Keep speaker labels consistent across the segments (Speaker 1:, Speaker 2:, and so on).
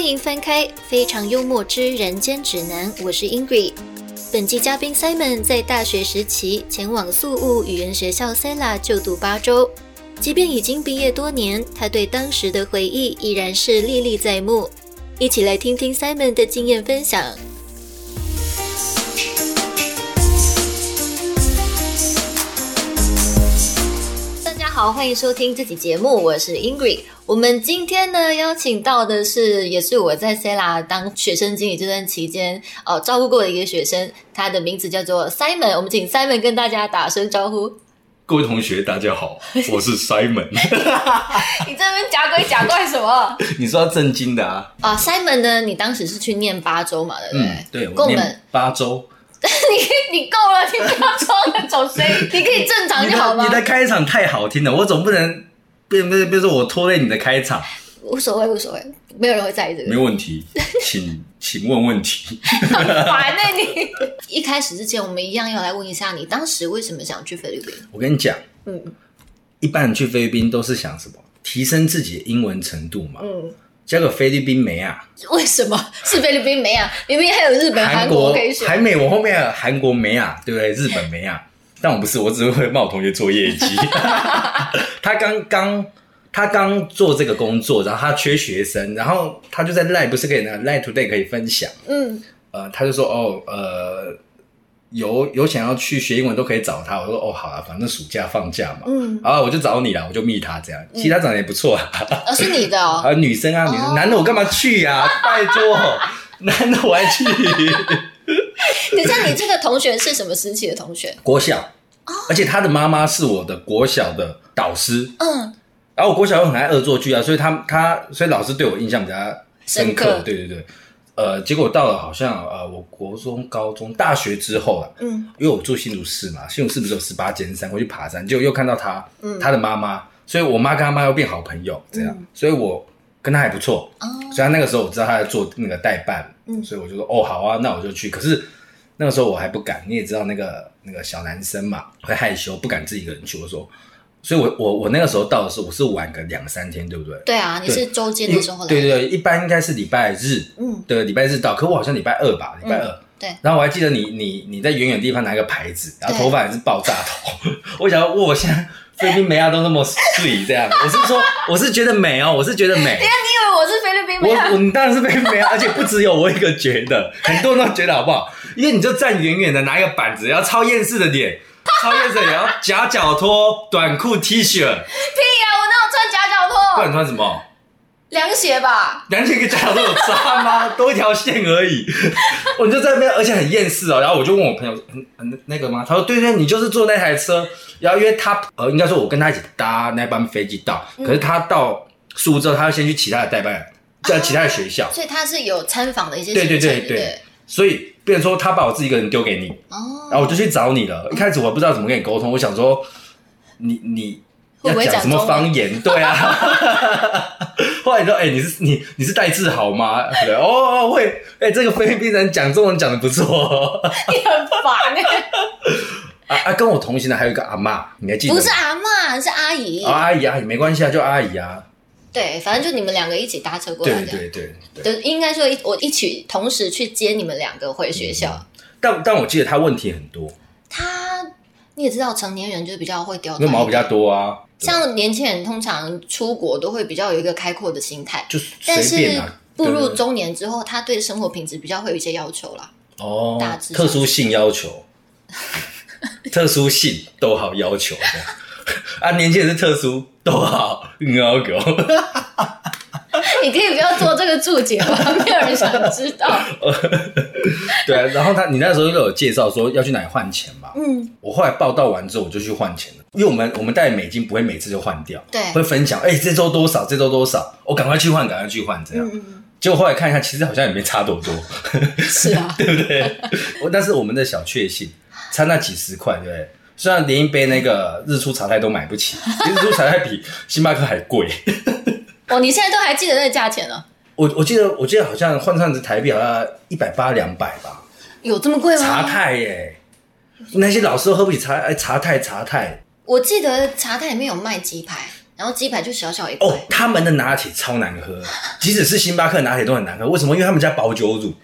Speaker 1: 迎翻开《非常幽默之人间指南》，我是 Ingrid。本季嘉宾 Simon 在大学时期前往宿务语言学校 Sela 就读八周，即便已经毕业多年，他对当时的回忆依然是历历在目。一起来听听 Simon 的经验分享。大家好，欢迎收听这期节目，我是 Ingrid。我们今天呢邀请到的是，也是我在 Sela 当学生经理这段期间，呃，照顾过的一个学生，他的名字叫做 Simon。我们请 Simon 跟大家打声招呼。
Speaker 2: 各位同学，大家 好，我是 Simon。
Speaker 1: 你这边假鬼假怪什么？
Speaker 2: 你说要正经的啊？
Speaker 1: 啊，Simon 呢？你当时是去念八周嘛，对不对？
Speaker 2: 嗯，对，
Speaker 1: 够
Speaker 2: 我
Speaker 1: 冷
Speaker 2: 念八周。
Speaker 1: 你你够了，你不要装那种声音， 你可以正常
Speaker 2: 啊你
Speaker 1: 就好
Speaker 2: 的
Speaker 1: 吗
Speaker 2: 你？的开场太好听了，我总不能变变变说我拖累你的开场。
Speaker 1: 无所谓，无所谓，没有人会在意这
Speaker 2: 没
Speaker 1: 个。
Speaker 2: 问 题，请请问问题。
Speaker 1: 很烦
Speaker 2: 欸
Speaker 1: 哎、你一开始之前，我们一样要来问一下你，当时为什么想去菲律宾？
Speaker 2: 我跟你讲，
Speaker 1: 嗯
Speaker 2: 一般人去菲律宾都是想什么？提升自己的英文程度嘛。
Speaker 1: 嗯，
Speaker 2: 结果菲律宾没啊，
Speaker 1: 为什么是菲律宾没啊？明明还有日本、韩
Speaker 2: 国
Speaker 1: 可以选。
Speaker 2: 韩美，我后面还有韩国没啊，对不对？日本没啊，但我不是，我只是会帮我同学做 业绩。 他刚刚他刚做这个工作，然后他缺学生，然后他就在 Line 不是可以拿 Line Today 可以分享，
Speaker 1: 嗯，
Speaker 2: 呃，他就说哦呃。有有想要去学英文都可以找他，我说哦好啊，反正暑假放假嘛，
Speaker 1: 嗯
Speaker 2: 啊我就找你啦，我就密他这样，其实他长得也不错啊，
Speaker 1: 哦，是你的哦。
Speaker 2: 啊，女生啊，女
Speaker 1: 哦
Speaker 2: 生，男的我干嘛去呀、拜 托，男的我还去
Speaker 1: 等一下，你这个同学是什么时期的同学？
Speaker 2: 国小，而且他的妈妈是我的国小的导师，
Speaker 1: 嗯，
Speaker 2: 然后我国小又很爱恶作剧啊，所以他他所以老师对我印象比较深刻，
Speaker 1: 深刻
Speaker 2: 对对对。呃，结果到了好像呃，我国中、高中、大学之后啊，
Speaker 1: 嗯，
Speaker 2: 因为我住新竹市嘛，新竹市不是有十八尖山，我去爬山，就又看到他，
Speaker 1: 嗯
Speaker 2: 他的妈妈，所以我妈跟他妈又变好朋友，这样，所以我跟他还不错，
Speaker 1: 哦，
Speaker 2: 所以他那个时候我知道他在做那个代办，
Speaker 1: 嗯
Speaker 2: 所以我就说哦好啊，那我就去。可是那个时候我还不敢，你也知道那个那个小男生嘛，会害羞，不敢自己一个人去。我说，所以我我我那个时候到的时候，我是晚个两三天，对不对？
Speaker 1: 对啊，你是周间的时候来
Speaker 2: 对
Speaker 1: 的。
Speaker 2: 对对，一般应该是礼拜日，
Speaker 1: 嗯，
Speaker 2: 对，礼拜日到，可我好像礼拜二吧，礼拜二。
Speaker 1: 对，
Speaker 2: 然后我还记得你你你在远远地方拿一个牌子，然后
Speaker 1: 对
Speaker 2: 头发也是爆炸头。 我想说，哇，现在菲律宾美亚都那么碎这样，我是说，我是觉得美哦，我是觉得美。
Speaker 1: 你以为我是菲律宾没啊
Speaker 2: 我我？你当然是被没 有，而且不只有我一个觉得，很多人都觉得好不好？因为你就站远远的，拿一个板子，然后超厌世的脸，超厌世的脸，然后夹脚拖、短裤、T 恤，
Speaker 1: 屁呀、我哪有穿夹脚
Speaker 2: 不
Speaker 1: 拖？
Speaker 2: 然穿什么？
Speaker 1: 凉鞋吧。
Speaker 2: 两天跟夹脚拖有差吗？多一条线而已。我就在那边，而且很厌世哦。然后我就问我朋友，嗯嗯，那个吗？他说对对，你就是坐那台车。然后因为他呃，应该说我跟他一起搭那班飞机到，可是他到苏州，他要先去其他的代办，在其他的学校。
Speaker 1: 所以他是有参访的一些
Speaker 2: 对对
Speaker 1: 行程
Speaker 2: 对
Speaker 1: 不
Speaker 2: 对，所以变成说他把我自己一个人丢给你，
Speaker 1: 哦，
Speaker 2: 然后我就去找你了。一开始我不知道怎么跟你沟通，我想说你你
Speaker 1: 会
Speaker 2: 要
Speaker 1: 不会
Speaker 2: 讲什
Speaker 1: 讲中文
Speaker 2: 么方言？对啊。 后来你说，哎、你是你你是戴志豪吗？对哦哦会，哎、这个菲律宾人讲中文讲的不错、哦、
Speaker 1: 你很烦哎、
Speaker 2: 啊啊！跟我同行的还有一个阿嬷，你还记得吗？
Speaker 1: 不是阿嬷，是阿姨。
Speaker 2: 哦、阿姨阿姨没关系啊，就阿姨啊。
Speaker 1: 对，反正就你们两个一起搭车过来
Speaker 2: 对
Speaker 1: 的。
Speaker 2: 对对对。
Speaker 1: 就应该说一，我一起同时去接你们两个回学校。
Speaker 2: 嗯但但我记得他问题很多，
Speaker 1: 他你也知道，成年人就比较会刁
Speaker 2: 那
Speaker 1: 钻，
Speaker 2: 毛比较。多啊，
Speaker 1: 像年轻人通常出国都会比较有一个开阔的心态，
Speaker 2: 就
Speaker 1: 但
Speaker 2: 随便
Speaker 1: 是
Speaker 2: 啊。
Speaker 1: 步
Speaker 2: 对
Speaker 1: 入
Speaker 2: 对
Speaker 1: 中年之后，他对生活品质比较会有一些要求啦。
Speaker 2: 哦
Speaker 1: 大致，上
Speaker 2: 特殊性 要求，特殊性逗号要求这样 啊，年轻人是特殊逗号喵 狗
Speaker 1: 你可以不要做这个注解吗？没有人想知道。
Speaker 2: 对啊，然后他你那时候就有介绍说要去哪里换钱嘛，
Speaker 1: 嗯，
Speaker 2: 我后来报道完之后我就去换钱了，因为我们我们带美金不会每次就换掉，
Speaker 1: 对
Speaker 2: 会分享，哎、这周多少，这周多少，我赶快去换，赶快去换这样，
Speaker 1: 嗯，
Speaker 2: 结果后来看一下，其实好像也没差多多，
Speaker 1: 是啊，
Speaker 2: 对不对？我但是我们的小确幸，差那几十块，对不对？虽然连一杯那个日出茶太都买不起，日出茶太比星巴克还贵。
Speaker 1: 哦，你现在都还记得那个价钱哦呢？
Speaker 2: 我我记得我记得好像换算成台币好像一百八两百吧，
Speaker 1: 有这么贵吗？
Speaker 2: 茶太耶、那些老师都喝不起茶，哎，茶太茶太，
Speaker 1: 我记得茶太里面有卖鸡排，然后鸡排就小小一块，
Speaker 2: 哦，他们的拿铁超难喝，即使是星巴克拿铁都很难喝。为什么？因为他们加保酒乳，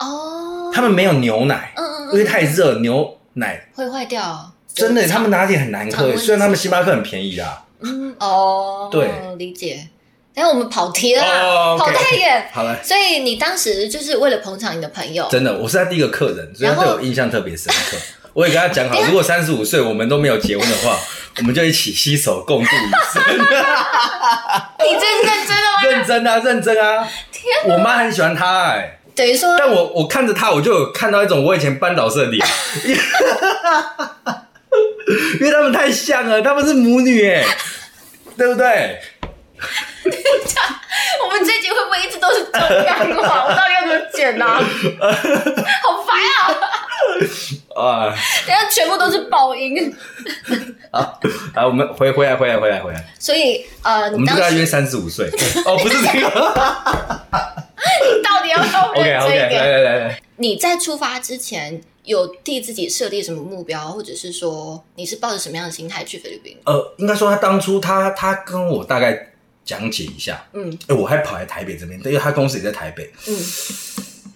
Speaker 1: 哦，
Speaker 2: 他们没有牛奶，
Speaker 1: 嗯嗯
Speaker 2: 因为
Speaker 1: 嗯，
Speaker 2: 太热，牛奶
Speaker 1: 会坏掉，
Speaker 2: 真的他们拿铁很难
Speaker 1: 常温
Speaker 2: 喝。虽然他们星巴克很便宜啊啦。
Speaker 1: 嗯哦，
Speaker 2: 对，
Speaker 1: 理解。但我们跑题了啦，
Speaker 2: 哦
Speaker 1: 跑
Speaker 2: ，OK，
Speaker 1: 太远。
Speaker 2: 好了，
Speaker 1: 所以你当时就是为了捧场你的朋友，
Speaker 2: 真的，我是他第一个客人，所以他
Speaker 1: 然
Speaker 2: 对
Speaker 1: 后哎
Speaker 2: 我印象特别深刻。 我也跟他讲好，如果三十五岁我们都没有结婚的话，我们就一起携手共度一 生。
Speaker 1: 你这是认真的吗？
Speaker 2: 认真啊，认真啊！
Speaker 1: 天，
Speaker 2: 我妈很喜欢他哎、
Speaker 1: 等 于说
Speaker 2: 但我我看着他，我就有看到一种我以前班导师的脸， 因为他们太像了，他们是母女哎、对不对？
Speaker 1: 我们这集会不会一直都是这样啊？我到底要怎么剪 呢、啊？好烦啊！
Speaker 2: 啊，
Speaker 1: 等一下全部都是爆音，
Speaker 2: 好，啊来，我们回回来，回来，回来，回来，
Speaker 1: 所以呃，
Speaker 2: 我
Speaker 1: 你
Speaker 2: 们就
Speaker 1: 当
Speaker 2: 跟他
Speaker 1: 时
Speaker 2: 约三十五岁。哦，不是这 个。
Speaker 1: 到底要不要
Speaker 2: OK
Speaker 1: 认
Speaker 2: OK，
Speaker 1: 真一点
Speaker 2: 来来来来，
Speaker 1: 你在出发之前有替自己设立什么目标，或者是说你是抱着什么样的心态去菲律宾？
Speaker 2: 呃，应该说他当初他他跟我大概讲解一下，
Speaker 1: 嗯
Speaker 2: 哎、我还跑来台北这边，因为他公司也在台北，
Speaker 1: 嗯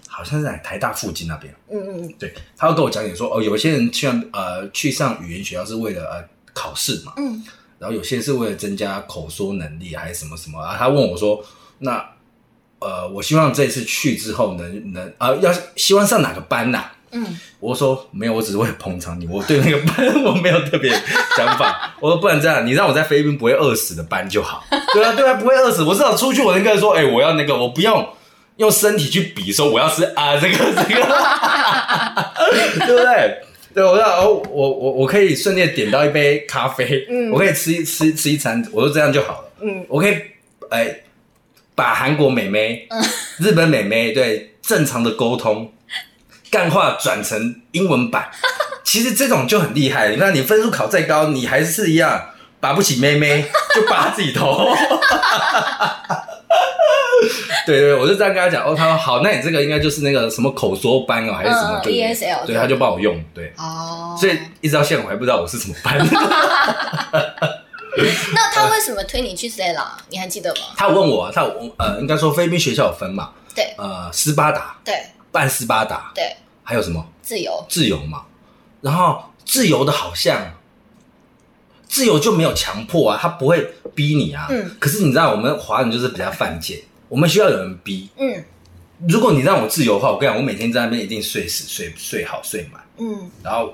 Speaker 2: 好像是在台大附近那边。
Speaker 1: 嗯嗯
Speaker 2: 对，他会跟我讲解说，哦，有些人去呃去上语言学校是为了呃考试嘛，
Speaker 1: 嗯，
Speaker 2: 然后有些人是为了增加口说能力还是什么什么啊。他问我说，那呃，我希望这一次去之后能能啊、要希望上哪个班呐、
Speaker 1: 嗯
Speaker 2: 我说没有，我只是为了捧场你，我对那个班我没有特别想法。 我说不然这样，你让我在菲律宾不会饿死的班就好。对啊，对啊，不会饿死。我至少出去，我能跟人说，哎、我要那个，我不用用身体去比，说我要吃啊这个 这个，对不对？对，我要哦，我我我可以顺便点到一杯咖啡，
Speaker 1: 嗯
Speaker 2: 我可以吃一吃吃一餐，我说这样就好了。
Speaker 1: 嗯，
Speaker 2: 我可以哎、把韩国美眉、日本美眉对正常的沟通，干话转成英文版，其实这种就很厉害。你看你分数考再高，你还是一样拔不起妹妹，就拔自己头。 对对，我就这样跟他讲哦，他说好，那你这个应该就是那个什么口说班哦，还是什么
Speaker 1: 嗯
Speaker 2: 对不对
Speaker 1: ESL
Speaker 2: 对，他就帮我用，对，
Speaker 1: 哦，
Speaker 2: 所以一直到现在我还不知道我是什么班。
Speaker 1: 那
Speaker 2: 呃
Speaker 1: 他为什么推你去 Stella？你还啊记得吗？
Speaker 2: 他有问我，他有问呃，应该说菲律宾学校有分嘛，
Speaker 1: 对
Speaker 2: 呃，斯巴达，
Speaker 1: 对
Speaker 2: 半斯巴达，
Speaker 1: 对，
Speaker 2: 还有什么
Speaker 1: 自由，
Speaker 2: 自由嘛？然后自由的好像自由就没有强迫啊，他不会逼你啊。
Speaker 1: 嗯。
Speaker 2: 可是你知道，我们华人就是比较犯贱，我们需要有人逼。
Speaker 1: 嗯
Speaker 2: 如果你让我自由的话，我跟你讲，我每天在那边一定睡死、睡睡好、睡满。
Speaker 1: 嗯
Speaker 2: 然后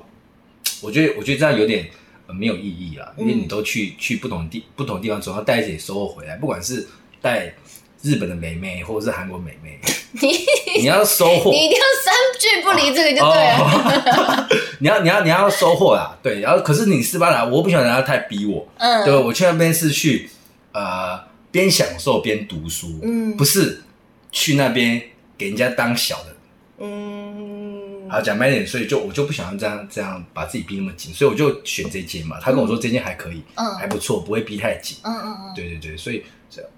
Speaker 2: 我觉得，我觉得这样有点、呃没有意义啊，
Speaker 1: 嗯
Speaker 2: 因为你都去、去不同地、不同地方，总要带一点收获回来，不管是带日本的美眉或者是韩国美 眉，你你要收获，
Speaker 1: 你一定要三句不离这个就对了。
Speaker 2: 哦、 你要你要你要收获啦，对，然后可是你斯巴达，我不喜欢人家太逼我，
Speaker 1: 嗯，
Speaker 2: 对我去那边是去呃边享受边读书，
Speaker 1: 嗯
Speaker 2: 不是去那边给人家当小的。
Speaker 1: 嗯，
Speaker 2: 好，讲白点，所以就我就不想要这样这样把自己逼那么紧，所以我就选这间嘛。他跟我说这间还可以，
Speaker 1: 嗯
Speaker 2: 还不错，不会逼太紧。
Speaker 1: 嗯嗯嗯，
Speaker 2: 对对对，所以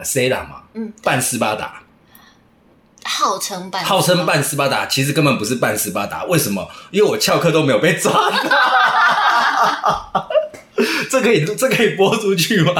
Speaker 2: C 啦嘛，
Speaker 1: 嗯，
Speaker 2: 半斯巴达，
Speaker 1: 号称半，
Speaker 2: 号称，半斯巴达，其实根本不是半斯巴达。为什么？因为我翘课都没有被抓到。 这可以这可以播出去吗？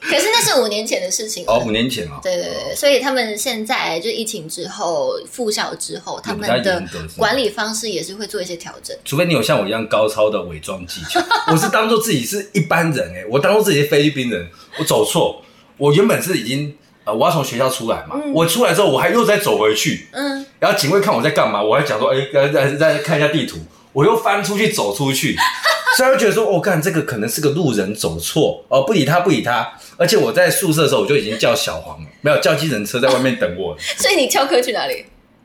Speaker 1: 可是那是五年前的事情了
Speaker 2: 哦，五年前哦，
Speaker 1: 对对对，所以他们现在就疫情之后复校之后，他们
Speaker 2: 比较
Speaker 1: 的
Speaker 2: 严格是吗
Speaker 1: 管理方式也是会做一些调整。
Speaker 2: 除非你有像我一样高超的伪装技巧， 我是当做自己是一般人哎、我当做自己是菲律宾人，我走错，我原本是已经呃我要从学校出来嘛，
Speaker 1: 嗯
Speaker 2: 我出来之后我还又再走回去，
Speaker 1: 嗯，
Speaker 2: 然后警卫看我在干嘛，我还讲说，哎、再再再看一下地图，我又翻出去走出去， 所以他就觉得说，哦，干这个可能是个路人走错，哦，不理他不理他，而且我在宿舍的时候我就已经叫小黄了，没有叫计程车在外面等我，
Speaker 1: 所以你翘课去哪里？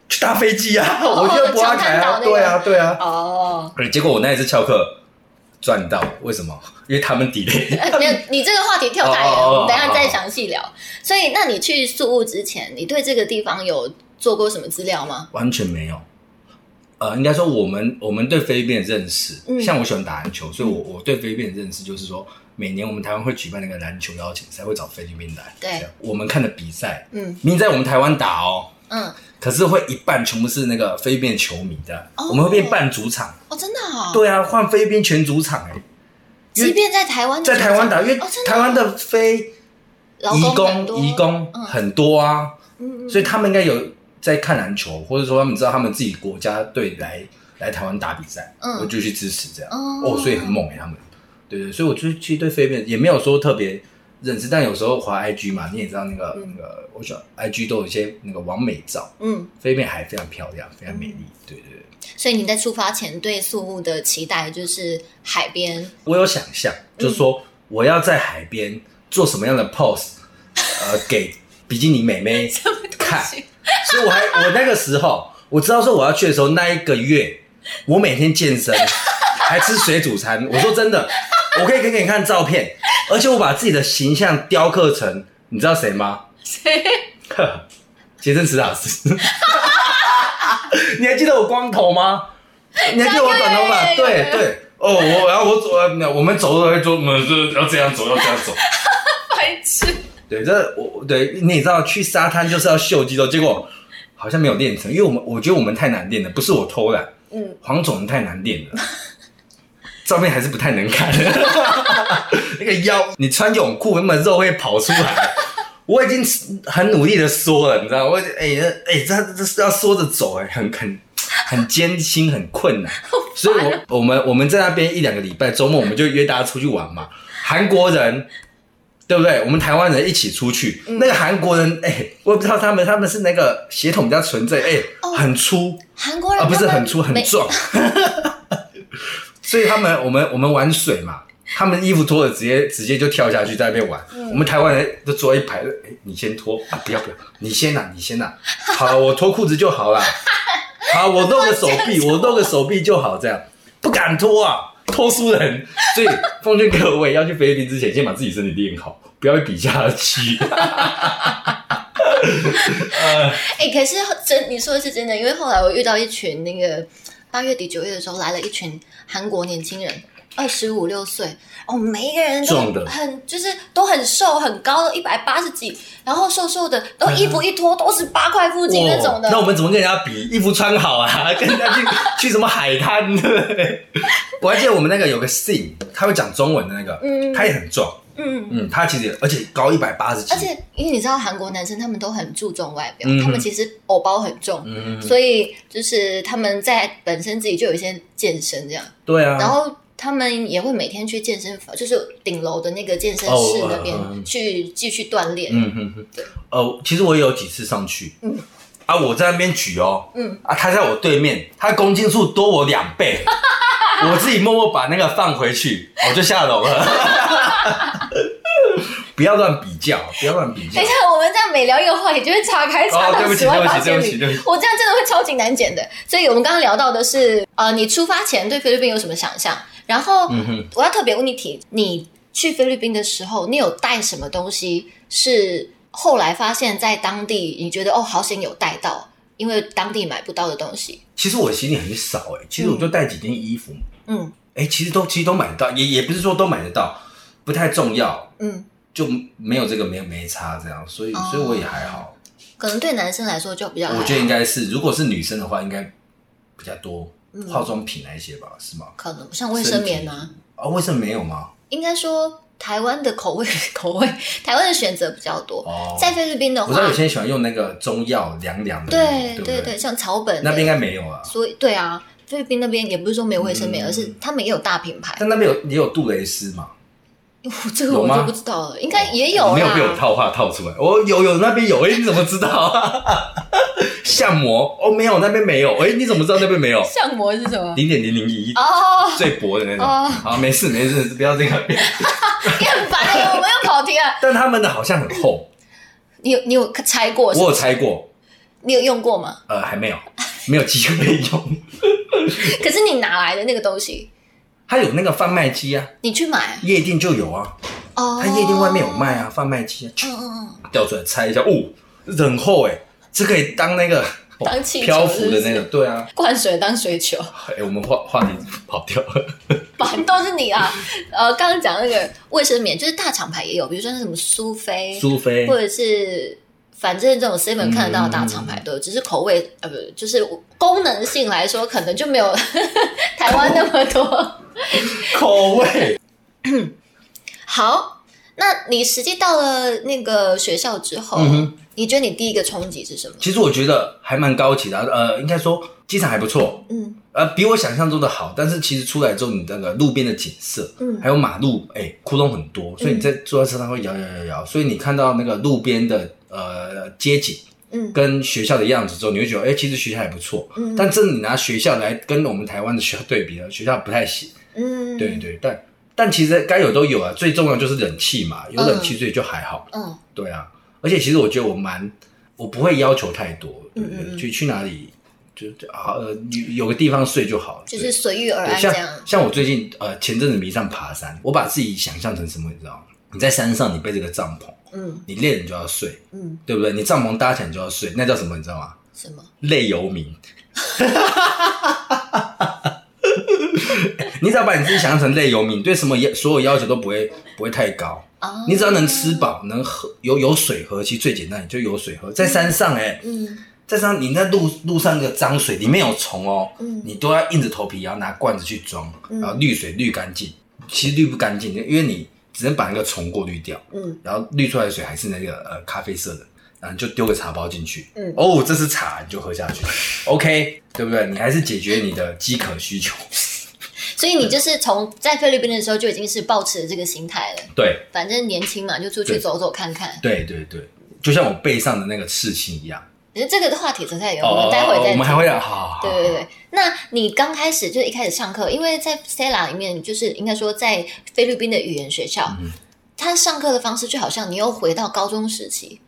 Speaker 2: 去搭飞机啊，
Speaker 1: 哦
Speaker 2: 我就不要台
Speaker 1: 长滩岛那
Speaker 2: 啊，
Speaker 1: 个
Speaker 2: 对啊对啊，
Speaker 1: 哦，
Speaker 2: 而结果我那一次翘课赚到，为什么？因为他们 delay。
Speaker 1: 呃 没有，你这个话题跳太远，
Speaker 2: 哦哦哦
Speaker 1: 我们等一下再
Speaker 2: 哦哦
Speaker 1: 详细聊。所以，那你去宿务之前，你对这个地方有做过什么资料吗？
Speaker 2: 完全没有。呃，应该说我们我们对菲律宾的认识，
Speaker 1: 嗯
Speaker 2: 像我喜欢打篮球，所以我我对菲律宾的认识就是说，每年我们台湾会举办那个篮球邀请赛，会找菲律宾来。
Speaker 1: 对
Speaker 2: 这样，我们看的比赛，
Speaker 1: 嗯
Speaker 2: 明明在我们台湾打哦，
Speaker 1: 嗯，
Speaker 2: 可是会一半全部是那个菲律宾的球迷的，
Speaker 1: 哦
Speaker 2: 我们会变半主场。
Speaker 1: 哦，真的哦，
Speaker 2: 对啊，换菲律宾全主场哎、因为
Speaker 1: 即便在台湾，
Speaker 2: 在台湾打，因为
Speaker 1: 哦真的
Speaker 2: 台湾的非
Speaker 1: 劳
Speaker 2: 移
Speaker 1: 很
Speaker 2: 工
Speaker 1: 多
Speaker 2: 移工
Speaker 1: 嗯
Speaker 2: 很多啊，
Speaker 1: 嗯嗯
Speaker 2: 所以他们应该有在看篮球，或者说他们知道他们自己国家队来来台湾打比赛，
Speaker 1: 嗯
Speaker 2: 我就去支持这样。
Speaker 1: 哦
Speaker 2: 哦，所以很猛哎、他们。对对，所以我就其实对菲律宾也没有说特别认识，但有时候滑 IG 嘛，你也知道那个、
Speaker 1: 嗯
Speaker 2: 那个，我想 IG 都有一些那个完美照，
Speaker 1: 嗯，
Speaker 2: 菲律宾还非常漂亮，非常美丽。对对对，
Speaker 1: 所以你在出发前对宿务的期待就是海边，
Speaker 2: 我有想象，就是说我要在海边做什么样的 pose，呃，给比基尼美眉 看。所以我还我那个时候我知道说我要去的时候，那一个月我每天健身，还吃水煮餐。我说真的，我可以给你看照片，而且我把自己的形象雕刻成，你知道谁吗？
Speaker 1: 谁？
Speaker 2: 呵杰森·史塔斯。你还记得我光 头吗？你还记得我短头发？
Speaker 1: 有有有有
Speaker 2: 对对。哦，我然后我走，呃我们走的时候，我们就要这样走，要这样走。
Speaker 1: 白痴！
Speaker 2: 对，这我我对你也知道，去沙滩就是要秀肌肉，结果好像没有练成，因为我们我觉得我们太难练了，不是我偷懒，
Speaker 1: 嗯，
Speaker 2: 黄总太难练了，照片还是不太能看， 那个腰，你穿泳裤那么肉会跑出来。我已经很努力的缩了，你知道吗，我哎那哎，这这是要缩着走哎、很很很艰辛，很困难。所以我我们我们在那边一两个礼拜，周末我们就约大家出去玩嘛。韩国人对不对？我们台湾人一起出去，那个韩国人哎、我也不知道他们他们是那个血统比较纯正，哎、
Speaker 1: 哦
Speaker 2: 很粗
Speaker 1: 韩国人
Speaker 2: 啊，不是
Speaker 1: 他们
Speaker 2: 很粗很
Speaker 1: 没
Speaker 2: 壮。 所以他们我们我们玩水嘛，他们衣服脱了直接直接就跳下去在那边玩。我们台湾人就坐一排，哎、你先脱啊，不要不要，你先啦、你先啦、好了，我脱裤子就好 啦。好，我露个手臂，我露个手臂就好，这样不敢脱啊，脱输人。所以奉劝各位，要去菲律宾之前，先把自己身体练好，不要被比下去。
Speaker 1: 哎、可是真你说的是真的，因为后来我遇到一群那个八月底九月的时候来了一群韩国年轻人，二十五六岁，哦，每一个人都
Speaker 2: 壮的
Speaker 1: 很就是都很瘦很高，一百八十几，然后瘦瘦的，然后衣服一脱都是八块腹肌那种的
Speaker 2: 嗯哦哇，那我们怎么跟人家比？衣服穿好啊， 跟人家去去什么海 滩，对不对？我还记得我们那个有个 Sing，他会讲中文的那个，
Speaker 1: 嗯
Speaker 2: 他也很壮，
Speaker 1: 嗯。
Speaker 2: 嗯，他其实也而且高一百八十几，
Speaker 1: 而且，因为你知道韩国男生他们都很注重外表，
Speaker 2: 嗯
Speaker 1: 他们其实偶包很重，
Speaker 2: 嗯，
Speaker 1: 所以就是他们在本身自己就有一些健身这样。
Speaker 2: 对啊，
Speaker 1: 然后他们也会每天去健身房，就是顶楼的那个健身室那边、
Speaker 2: 哦嗯嗯
Speaker 1: 去继续锻炼。
Speaker 2: 嗯哼哼
Speaker 1: 对，
Speaker 2: 哦，其实我也有几次上去，
Speaker 1: 嗯
Speaker 2: 啊，我在那边举哦，
Speaker 1: 嗯
Speaker 2: 啊，他在我对面，他公斤数多我 两倍，我自己默默把那个放回去，我就下楼了。 不要乱比较，不要乱比较
Speaker 1: 等一。下，我们这样每聊一个话题就会岔开岔
Speaker 2: 哦对
Speaker 1: 到
Speaker 2: 不起
Speaker 1: 十万八
Speaker 2: 对
Speaker 1: 千
Speaker 2: 不起
Speaker 1: 里
Speaker 2: 对不起对不，
Speaker 1: 我这样真的会超级难剪的。所以我们刚刚聊到的是，呃，你出发前对菲律宾有什么想象？然后、
Speaker 2: 嗯哼，
Speaker 1: 我要特别问你提，你去菲律宾的时候，你有带什么东西是后来发现在当地你觉得哦好险有带到，因为当地买不到的东西？
Speaker 2: 其实我行李很少哎、其实我就带几件衣服，
Speaker 1: 嗯
Speaker 2: 哎、其实都其实都买得到，也也不是说都买得到，不太重要，
Speaker 1: 嗯，
Speaker 2: 就没有这个没没差这样，所以
Speaker 1: 哦
Speaker 2: 所以我也还好，
Speaker 1: 可能对男生来说就比较还好，
Speaker 2: 我觉得应该是，如果是女生的话，应该比较多
Speaker 1: 嗯
Speaker 2: 化妆品那一些吧，是吗？
Speaker 1: 可能像卫生棉啊，
Speaker 2: 啊，为什么没有吗？
Speaker 1: 应该说台湾的口味 口味，台湾的选择比较多。
Speaker 2: 哦，
Speaker 1: 在菲律宾的
Speaker 2: 我知道
Speaker 1: 话
Speaker 2: 有，些人喜欢用那个中药凉凉的，
Speaker 1: 对
Speaker 2: 不
Speaker 1: 对对，像草本的欸
Speaker 2: 那边应该没有啊，
Speaker 1: 所以对啊，菲律宾那边也不是说没有卫生棉，
Speaker 2: 嗯
Speaker 1: 而是他们也有大品 牌。
Speaker 2: 但那边有也有杜蕾斯嘛，
Speaker 1: 这个我
Speaker 2: 有吗哦
Speaker 1: 就不知道了，应该也有
Speaker 2: 没有被我
Speaker 1: 啦。
Speaker 2: 套话套出来？哦，有有那边有，哎、你怎么知道？ 相模哦，没有那边没有，哎、你怎么知道那边没有？
Speaker 1: 相模是什么？
Speaker 2: 零点零零一
Speaker 1: 哦，
Speaker 2: 最薄的那种。
Speaker 1: 哦
Speaker 2: 好，没事没事，不要这个。
Speaker 1: 你很烦哎，我们又跑题了。
Speaker 2: 但他们的好像很厚，
Speaker 1: 你有你有拆过
Speaker 2: 我？有拆过，
Speaker 1: 你有用过吗？
Speaker 2: 呃，还没有，没有机会用。
Speaker 1: 可是你哪来的那个东西？
Speaker 2: 它有那个贩卖机啊，
Speaker 1: 你去买
Speaker 2: 夜店就有啊，
Speaker 1: 哦。
Speaker 2: 它夜店外面有。卖啊，贩卖机啊，
Speaker 1: 嗯嗯
Speaker 2: 掉出来拆一下，哦，这很厚哎、这可以当那个
Speaker 1: 当气球
Speaker 2: 漂浮的
Speaker 1: 是不
Speaker 2: 那
Speaker 1: 是
Speaker 2: 个，对啊
Speaker 1: 嗯，。灌水当水球。
Speaker 2: 哎、我们话话题跑掉 了，
Speaker 1: 反都是你啊！呃，刚刚讲那个卫生棉，就是大厂牌也有，比如说那什么苏菲，
Speaker 2: 苏菲
Speaker 1: 或者是反正这种 seven
Speaker 2: 嗯
Speaker 1: 看得到的大厂牌都有，只是口味呃不，就是功能性来说，可能就没有 台湾那么多。
Speaker 2: 口味，
Speaker 1: 好，那你实际到了那个学校之后，
Speaker 2: 嗯哼
Speaker 1: 你觉得你第一个冲击是什么？
Speaker 2: 其实我觉得还蛮高级的啊，呃，应该说机场还不错，
Speaker 1: 嗯
Speaker 2: 呃，比我想象中的好。但是其实出来之后，你那个路边的景色，
Speaker 1: 嗯
Speaker 2: 还有马路，哎、窟窿很多，所以你在坐在车上会摇摇摇摇，所以你看到那个路边的呃街景
Speaker 1: 嗯
Speaker 2: 跟学校的样子之后，你会觉得，哎、其实学校还不错。
Speaker 1: 嗯，
Speaker 2: 但真的你拿学校来跟我们台湾的学校对比呢，啊 学校不太行。
Speaker 1: 嗯
Speaker 2: 对对，但但其实该有都有啊，最重要就是冷气嘛，有冷气所以就还好。
Speaker 1: 嗯
Speaker 2: 对啊，而且其实我觉得我蛮，我不会要求太多，对
Speaker 1: 嗯
Speaker 2: 对
Speaker 1: 嗯嗯
Speaker 2: 去去哪里就就好呃有有个地方睡就好了，
Speaker 1: 就
Speaker 2: 对
Speaker 1: 是随遇而
Speaker 2: 对
Speaker 1: 安
Speaker 2: 像
Speaker 1: 这样。
Speaker 2: 像我最近呃前阵子迷上爬山，我把自己想象成什么，你知道吗？你在山上，你背这个帐篷，
Speaker 1: 嗯
Speaker 2: 你累了你就要睡，
Speaker 1: 嗯，
Speaker 2: 对不对？你帐篷搭起来你就要睡，那叫什么？你知道吗？
Speaker 1: 什么？
Speaker 2: 累游 民。 你只要把你自己想象成累游民，对什么要所有要求都不会不会太高。
Speaker 1: 啊，
Speaker 2: 你只要能吃饱，能喝有有水喝，其实最简单，你就有水喝。在山上、欸，
Speaker 1: 嗯
Speaker 2: 在山上你在路路上那个脏水里面有虫哦、
Speaker 1: 嗯
Speaker 2: 你都要硬着头皮，然后拿罐子去装，
Speaker 1: 嗯
Speaker 2: 然后滤水滤干净。其实滤不干净，因为你只能把那个虫过滤掉，
Speaker 1: 嗯
Speaker 2: 然后滤出来的水还是那个呃咖啡色的，然后你就丢个茶包进去，
Speaker 1: 嗯，
Speaker 2: 哦，这是茶，你就喝下去，OK，对不对？你还是解决你的饥渴需求。
Speaker 1: 所以你就是从在菲律宾的时候就已经是抱持这个心态了。
Speaker 2: 对，
Speaker 1: 反正年轻嘛，就出去
Speaker 2: 对
Speaker 1: 走走看看。
Speaker 2: 对，对，对，就像我背上的那个刺青一样。
Speaker 1: 可是这个的话题存在有，我们待会再
Speaker 2: 哦
Speaker 1: 讲。
Speaker 2: 我们还会讲，好好好。
Speaker 1: 对对对，那你刚开始就一开始上课，因为在 Stella 里面，就是应该说在菲律宾的语言学校，
Speaker 2: 嗯
Speaker 1: 他上课的方式就好像你又回到高中时期，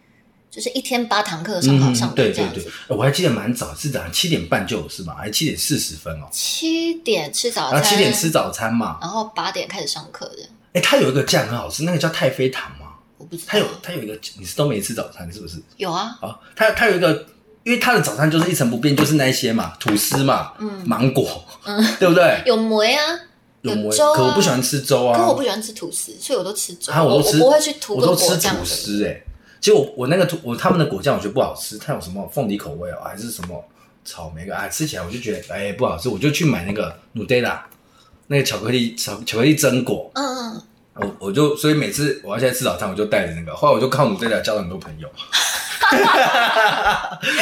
Speaker 1: 就是一天八堂课上好
Speaker 2: 嗯
Speaker 1: 上，课
Speaker 2: 对
Speaker 1: 这
Speaker 2: 对
Speaker 1: 样
Speaker 2: 对
Speaker 1: 子。，
Speaker 2: 我还记得蛮早，是早上七点半就有是吧？还七点四十分哦，
Speaker 1: 七点吃早餐，
Speaker 2: 然后啊七点吃，早餐嘛。
Speaker 1: 然后八点开始上课的。
Speaker 2: 哎，它有一个酱很好吃，那个叫太妃糖嘛。
Speaker 1: 我不知道，
Speaker 2: 它有它有一个，你是都没吃早餐是不是？
Speaker 1: 有啊，
Speaker 2: 啊，它它有一个，因为它的早餐就是一成不变，就是那一些嘛，吐司嘛，
Speaker 1: 嗯
Speaker 2: 芒果，
Speaker 1: 嗯
Speaker 2: 对不对？
Speaker 1: 有梅啊，
Speaker 2: 有
Speaker 1: 有
Speaker 2: 我
Speaker 1: 粥啊
Speaker 2: 可我不喜欢吃粥啊。
Speaker 1: 可我不喜欢吃吐司，所以我都吃粥，
Speaker 2: 啊，
Speaker 1: 我
Speaker 2: 我都吃，
Speaker 1: 不会去涂
Speaker 2: 我
Speaker 1: 个
Speaker 2: 都
Speaker 1: 果
Speaker 2: 吃
Speaker 1: 酱
Speaker 2: 吐
Speaker 1: 什么
Speaker 2: 司哎、其实我我那个吐我他们的果酱我觉得不好吃，它有什么凤梨口味哦，还是什么草莓啊？吃起来我就觉得哎、不好吃，我就去买那个 Nutella 那个巧克力巧巧克力榛果，
Speaker 1: 的。嗯嗯，
Speaker 2: 我我就所以每次我要现在吃早餐我就带着那个，后来我就靠 Nutella 交了很多朋友，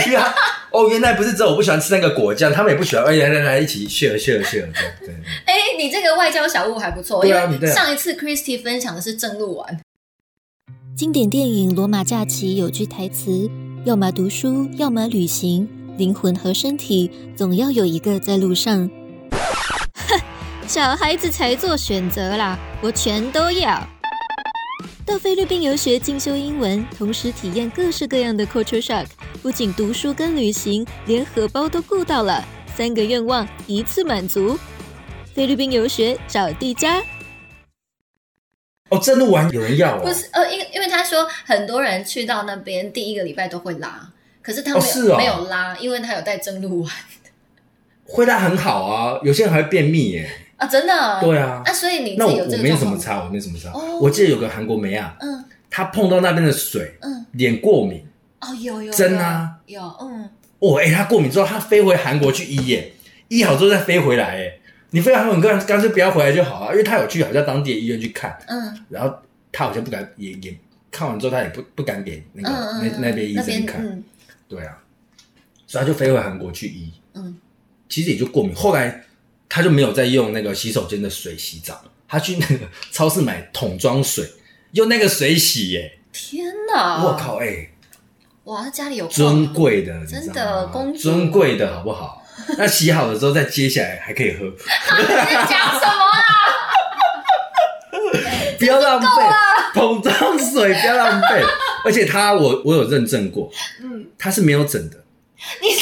Speaker 2: 因为它哦原来不是只有我不喜欢吃那个果酱，他们也不喜欢，哎来来来一起 share share share，对对对。
Speaker 1: 哎、你这个外交小物还不错，
Speaker 2: 对
Speaker 1: 因
Speaker 2: 啊
Speaker 1: 为
Speaker 2: 你对啊
Speaker 1: 上一次 Christy 分享的是正路丸。
Speaker 3: 经典电影《罗马假期》有句台词：“要么读书，要么旅行，灵魂和身体总要有一个在路上。” 哼，小孩子才做选择啦，我全都要。到菲律宾游学进修英文，同时体验各式各样的 culture shock，不仅读书跟旅行，连荷包都顾到了，三个愿望一次满足。菲律宾游学找地家。
Speaker 2: 哦，真的玩有人要哦，
Speaker 1: 不是，呃，因因为他说很多人去到那边第一个礼拜都会拉，可是他
Speaker 2: 哦
Speaker 1: 没有、
Speaker 2: 是哦
Speaker 1: 没有拉，因为他有带蒸鹿丸
Speaker 2: 回答很好啊，有些人还会便秘耶。
Speaker 1: 啊，真的。
Speaker 2: 对啊
Speaker 1: 那、所以你
Speaker 2: 那
Speaker 1: 自己
Speaker 2: 我
Speaker 1: 有
Speaker 2: 我
Speaker 1: 这
Speaker 2: 没
Speaker 1: 个
Speaker 2: 有
Speaker 1: 状
Speaker 2: 什么
Speaker 1: 况？
Speaker 2: 差，我没有什么差。
Speaker 1: 哦
Speaker 2: 我记得有个韩国妹啊，
Speaker 1: 嗯
Speaker 2: 她碰到那边的水，
Speaker 1: 嗯，
Speaker 2: 脸过敏。
Speaker 1: 哦，有有
Speaker 2: 真啊，
Speaker 1: 有有嗯，
Speaker 2: 哦，哎、她过敏之后，她飞回韩国去医耶，医好之后再飞回来耶。你飞韩国，你干干脆不要回来就好啊，因为她有去好像当地的医院去看，
Speaker 1: 嗯
Speaker 2: 然后她好像不敢，也也看完之后她也不不敢给那
Speaker 1: 嗯
Speaker 2: 个、
Speaker 1: 嗯，嗯
Speaker 2: 那那边医
Speaker 1: 那
Speaker 2: 生
Speaker 1: 边
Speaker 2: 看，
Speaker 1: 嗯
Speaker 2: 对啊，所以她就飞回韩国去医，
Speaker 1: 嗯，
Speaker 2: 其实也就过敏。后来她就没有再用那个洗手间的水洗澡，她去那个超市买桶装水，用那个水洗耶。
Speaker 1: 天哪！
Speaker 2: 我，靠，哎、
Speaker 1: 哇，他家里有矿啊
Speaker 2: 尊，贵的，你知道吗
Speaker 1: 真的公主
Speaker 2: 尊贵的好不好？那洗好了之后，再接下来还可 以喝，
Speaker 1: 啊你在讲什么 啊？
Speaker 2: 不要浪费桶装水，不要浪 费。而且它，我我有认证过，
Speaker 1: 嗯，
Speaker 2: 它是没有整的。
Speaker 1: 你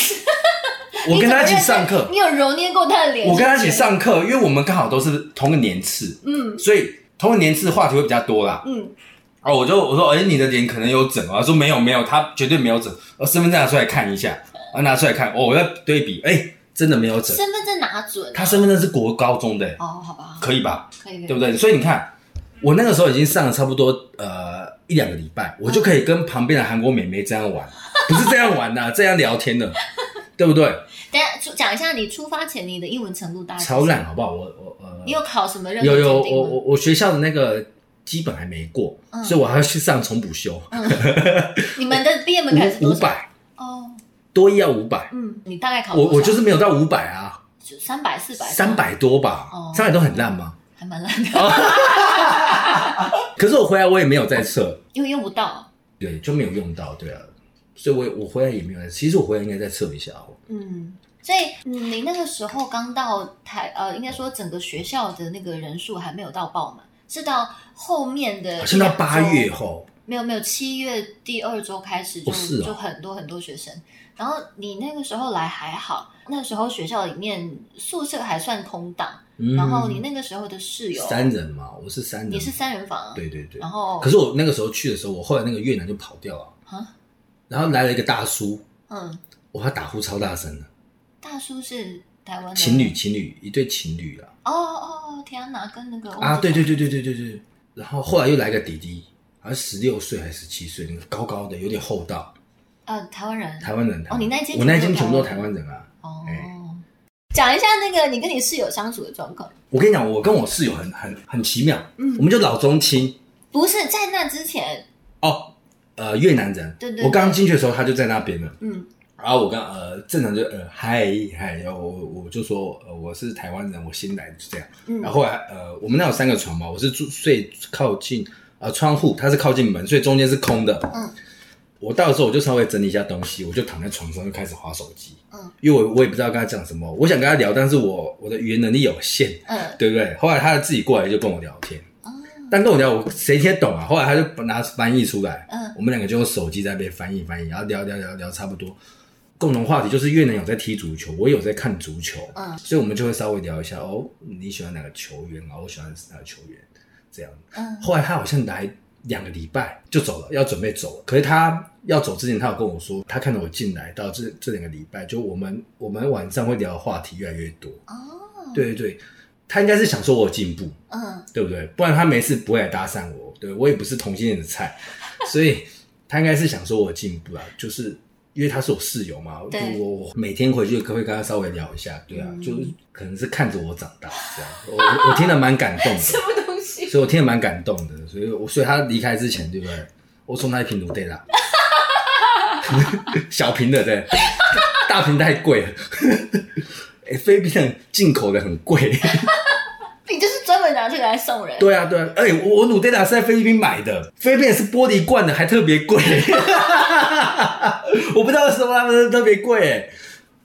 Speaker 2: 我跟他一起
Speaker 1: 你怎么
Speaker 2: 上
Speaker 1: 认识
Speaker 2: 课
Speaker 1: 你，有揉捏过他的脸？
Speaker 2: 我跟他一起，上课，因为我们刚好都是同个年次，
Speaker 1: 嗯
Speaker 2: 所以同个年次话题会比较多啦。
Speaker 1: 嗯
Speaker 2: 哦，我就我说，哎、你的脸可能有整哦。他说没有没有，他绝对没有整。我身份证拿出来看一下，啊，拿出来看，哦，我要对比，哎、真的没有整。
Speaker 1: 身份证拿准啊，
Speaker 2: 他身份证是国高中的、
Speaker 1: 哦，好吧，
Speaker 2: 可以吧？
Speaker 1: 可以可
Speaker 2: 对
Speaker 1: 以，
Speaker 2: 不对？所以你看，我那个时候已经上了差不多呃一两个礼拜，我就可以跟旁边的韩国美眉这样玩，不是这样玩 的、这样聊天的，对不对？
Speaker 1: 等一下出讲一下你出发前你的英文程度大概是
Speaker 2: 超烂，好不好？我我呃，
Speaker 1: 你有考什么任何
Speaker 2: 有有
Speaker 1: 鉴定
Speaker 2: 我
Speaker 1: 吗
Speaker 2: 我我学校的那个基本还没过，
Speaker 1: 嗯
Speaker 2: 所以我还要去上重补修，
Speaker 1: 你们的毕业门槛是
Speaker 2: 五
Speaker 1: 多
Speaker 2: 五
Speaker 1: 少？
Speaker 2: 百
Speaker 1: 哦，
Speaker 2: 多一要啊五百，
Speaker 1: 嗯，你大概考
Speaker 2: 我
Speaker 1: 多少
Speaker 2: 我就是没有到五百啊，
Speaker 1: 三百四百
Speaker 2: 三，百啊多吧
Speaker 1: 哦，
Speaker 2: 三百多很烂吗？
Speaker 1: 还蛮烂的，
Speaker 2: 可是我回来我也没有再测，
Speaker 1: 因为用不到。
Speaker 2: 对，就没有用到，对啊，所以我我回来也没有再，其实我回来应该再测一下哦。
Speaker 1: 嗯，所以嗯你那个时候刚到台，呃，应该说整个学校的那个人数还没有到爆满，是到后面的
Speaker 2: 好像到八
Speaker 1: 两周
Speaker 2: 月后，
Speaker 1: 没有没有，七月第二周开始就、
Speaker 2: 哦是哦
Speaker 1: 就很多很多学生。然后你那个时候来还好，那时候学校里面宿舍还算空荡，
Speaker 2: 嗯
Speaker 1: 然后你那个时候的室友
Speaker 2: 三人嘛，我是三人，
Speaker 1: 你是三人哦房，啊
Speaker 2: 对对对
Speaker 1: 然。后
Speaker 2: 可是我那个时候去的时候，我后来那个越南就跑掉了，
Speaker 1: 啊
Speaker 2: 然后来了一个大叔，
Speaker 1: 嗯，
Speaker 2: 哇，他打呼超大声的，
Speaker 1: 啊大叔是台湾的
Speaker 2: 情侣情侣一对情侣啊，
Speaker 1: 哦哦哦，天哪，跟那个
Speaker 2: 啊，对对对对对对对。然后后来又来个弟弟，好像十六岁还是十七岁，那个高高的，有点厚道，
Speaker 1: 呃台湾人
Speaker 2: 台湾人。
Speaker 1: 哦你那一间
Speaker 2: 我那一
Speaker 1: 全
Speaker 2: 间
Speaker 1: 部都
Speaker 2: 全部都台湾人啊。
Speaker 1: 哦
Speaker 2: 哎。
Speaker 1: 讲一下那个你跟你室友相处的状况，
Speaker 2: 我跟你讲，我跟我室友很很很奇妙，
Speaker 1: 嗯
Speaker 2: 我们就老中青
Speaker 1: 不是在那之前，
Speaker 2: 哦，呃，越南人。
Speaker 1: 对对对
Speaker 2: 我刚进去的时候，他就在那边了。
Speaker 1: 嗯
Speaker 2: 然后我刚呃正常就呃嗨嗨，然后我我就说呃我是台湾人，我新来就这样。
Speaker 1: 嗯，
Speaker 2: 然后后来呃，我们那有三个床嘛，我是住睡靠近呃窗户，它是靠近门，所以中间是空的。
Speaker 1: 嗯，
Speaker 2: 我到的时候我就稍微整理一下东西，我就躺在床上就开始划手机。
Speaker 1: 嗯，
Speaker 2: 因为我我也不知道跟他讲什么，我想跟他聊，但是我我的语言能力有限，
Speaker 1: 嗯
Speaker 2: 对不对？后来他自己过来就跟我聊天，
Speaker 1: 啊
Speaker 2: 但跟我聊我谁听得懂啊？后来他就拿翻译出来，
Speaker 1: 嗯
Speaker 2: 我们两个就用手机在那边翻译翻译，然后聊聊聊聊差不多。共同话题就是越南有在踢足球，我也有在看足球，
Speaker 1: 嗯
Speaker 2: 所以我们就会稍微聊一下哦，你喜欢哪个球员啊？我喜欢哪个球员？这样。
Speaker 1: 嗯
Speaker 2: 后来他好像来两个礼拜就走了，要准备走了。可是他要走之前，他有跟我说，他看到我进来到这这两个礼拜，就我们我们晚上会聊的话题越来越多。
Speaker 1: 哦，
Speaker 2: 对对对，他应该是想说我有进步，
Speaker 1: 嗯
Speaker 2: 对不对？不然他没事不会来搭讪我，对我也不是同性恋的 菜，所以他应该是想说我进步啦，就是因为他是我室友嘛，
Speaker 1: 对
Speaker 2: 我我每天回去可会跟他稍微聊一下，对啊，
Speaker 1: 嗯
Speaker 2: 就是可能是看着我长大这样，我我听得蛮感 动的，
Speaker 1: 什么东西？
Speaker 2: 所以我听得蛮感动的，所以我所以他离开之前，对不对？我送他一瓶卤对啦， 小瓶 的对，大瓶太贵了， 哎、菲律宾人进口的很贵。
Speaker 1: 你就是专门拿这个来送人，
Speaker 2: 对啊，对啊，哎、我我努黛达是在菲律宾买的，菲律宾是玻璃罐的，还特别贵， 我不知道为什么他们特别贵、哎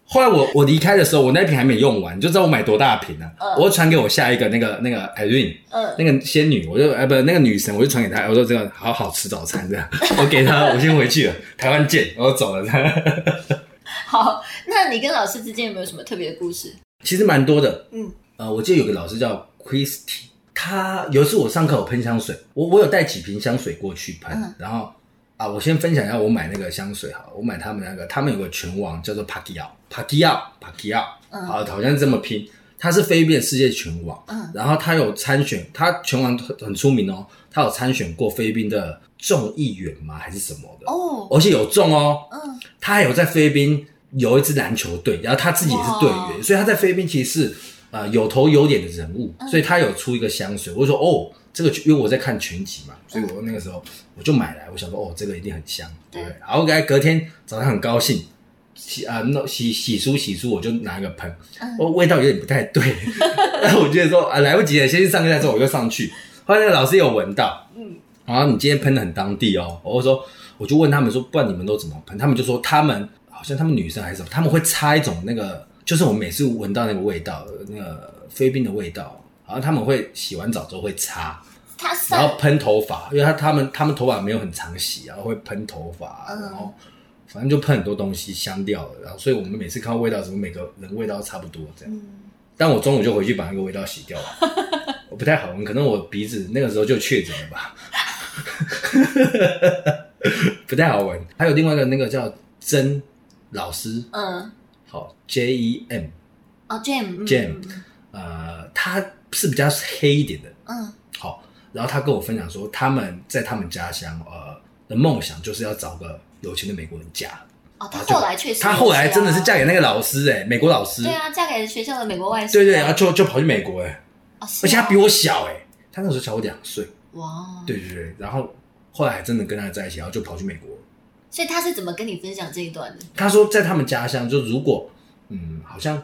Speaker 2: 后来我我离开的时候，我那瓶还没用完，你就知道我买多大瓶了、
Speaker 1: 嗯
Speaker 2: 我又传给我下一个那个那个 Irene，
Speaker 1: 嗯
Speaker 2: 那个仙女，我就哎、不那个女神，我就传给她，我说这个好好吃早餐这样， 我给她，我先回去了，台湾见，我走了。
Speaker 1: 好，那你跟老师之间有没有什么特别的故事？
Speaker 2: 其实蛮多的。
Speaker 1: 嗯，
Speaker 2: 呃，我记得有个老师叫 Christy，他有一次我上课有喷香水，我我有带几瓶香水过去喷，
Speaker 1: 嗯
Speaker 2: 然后啊，我先分享一下我买那个香水哈，我买他们那个，他们有个拳王叫做 p a c i a o p a c i a o p a c i a o
Speaker 1: 嗯
Speaker 2: 啊，好像是这么拼，他是菲律宾世界拳王，
Speaker 1: 嗯
Speaker 2: 然后他有参选，他拳王很很出名哦，他有参选过菲律宾的众议员吗还是什么的，
Speaker 1: 哦，
Speaker 2: 而且有中哦，
Speaker 1: 嗯
Speaker 2: 他还有在菲律宾有一支篮球队，然后他自己也是队
Speaker 1: 哇
Speaker 2: 员，所以他在菲律宾其实是呃有头有脸的人物，
Speaker 1: 嗯
Speaker 2: 所以他有出一个香水，我就说哦，这个因为我在看全集嘛，
Speaker 1: 嗯
Speaker 2: 所以我那个时候我就买来，我想说哦，这个一定很香，对不对？然后来隔天早上很高兴。洗啊、弄洗洗漱洗漱，我就拿一个喷，
Speaker 1: 嗯
Speaker 2: 我味道有点不太 对，然后我觉得说啊来不及了，先去上课再说，我就上去。后来那个老师有闻到，
Speaker 1: 嗯
Speaker 2: 然后你今天喷的很当地哦。我就说，我就问他们说，不然你们都怎么喷？他们就说他们好像他们女生还是什么，他们会擦一种那个，就是我们每次闻到那个味道，那个菲律宾的味道，然后他们会洗完澡之后会擦，
Speaker 1: 他
Speaker 2: 然后
Speaker 1: 上
Speaker 2: 喷头发，因为他他们他们头发没有很常洗，啊然后会喷头发，
Speaker 1: 嗯
Speaker 2: 然后反正就喷很多东西香料的，然后所以我们每次看到味道什么，每个人味道差不多这样。
Speaker 1: 嗯
Speaker 2: 但我中午就回去把那个味道洗 掉了，我不太好闻，可能我鼻子那个时候就确诊了吧， 不太好闻。还有另外一个那个叫曾老师，
Speaker 1: 嗯
Speaker 2: 好 J E M，
Speaker 1: 哦，Jam 嗯
Speaker 2: Jam 呃，他是比较黑一点的，
Speaker 1: 嗯
Speaker 2: 好，然后他跟我分享说，他们在他们家乡呃的梦想就是要找个有钱的美国人嫁，
Speaker 1: 哦，他后来确实
Speaker 2: 他后来真的是嫁给那个老师哎、美国老师，
Speaker 1: 对啊，嫁给学校的美国外事
Speaker 2: 对对，然后就就跑去美国哎、
Speaker 1: 哦是啊
Speaker 2: 而且他比我小哎、他那时候小我两岁，
Speaker 1: 哇，哦
Speaker 2: 对对对，然后后来还真的跟他在一起，然后就跑去美国。
Speaker 1: 所以他是怎么跟你分享这一段的？
Speaker 2: 他说在他们家乡，就如果嗯，好像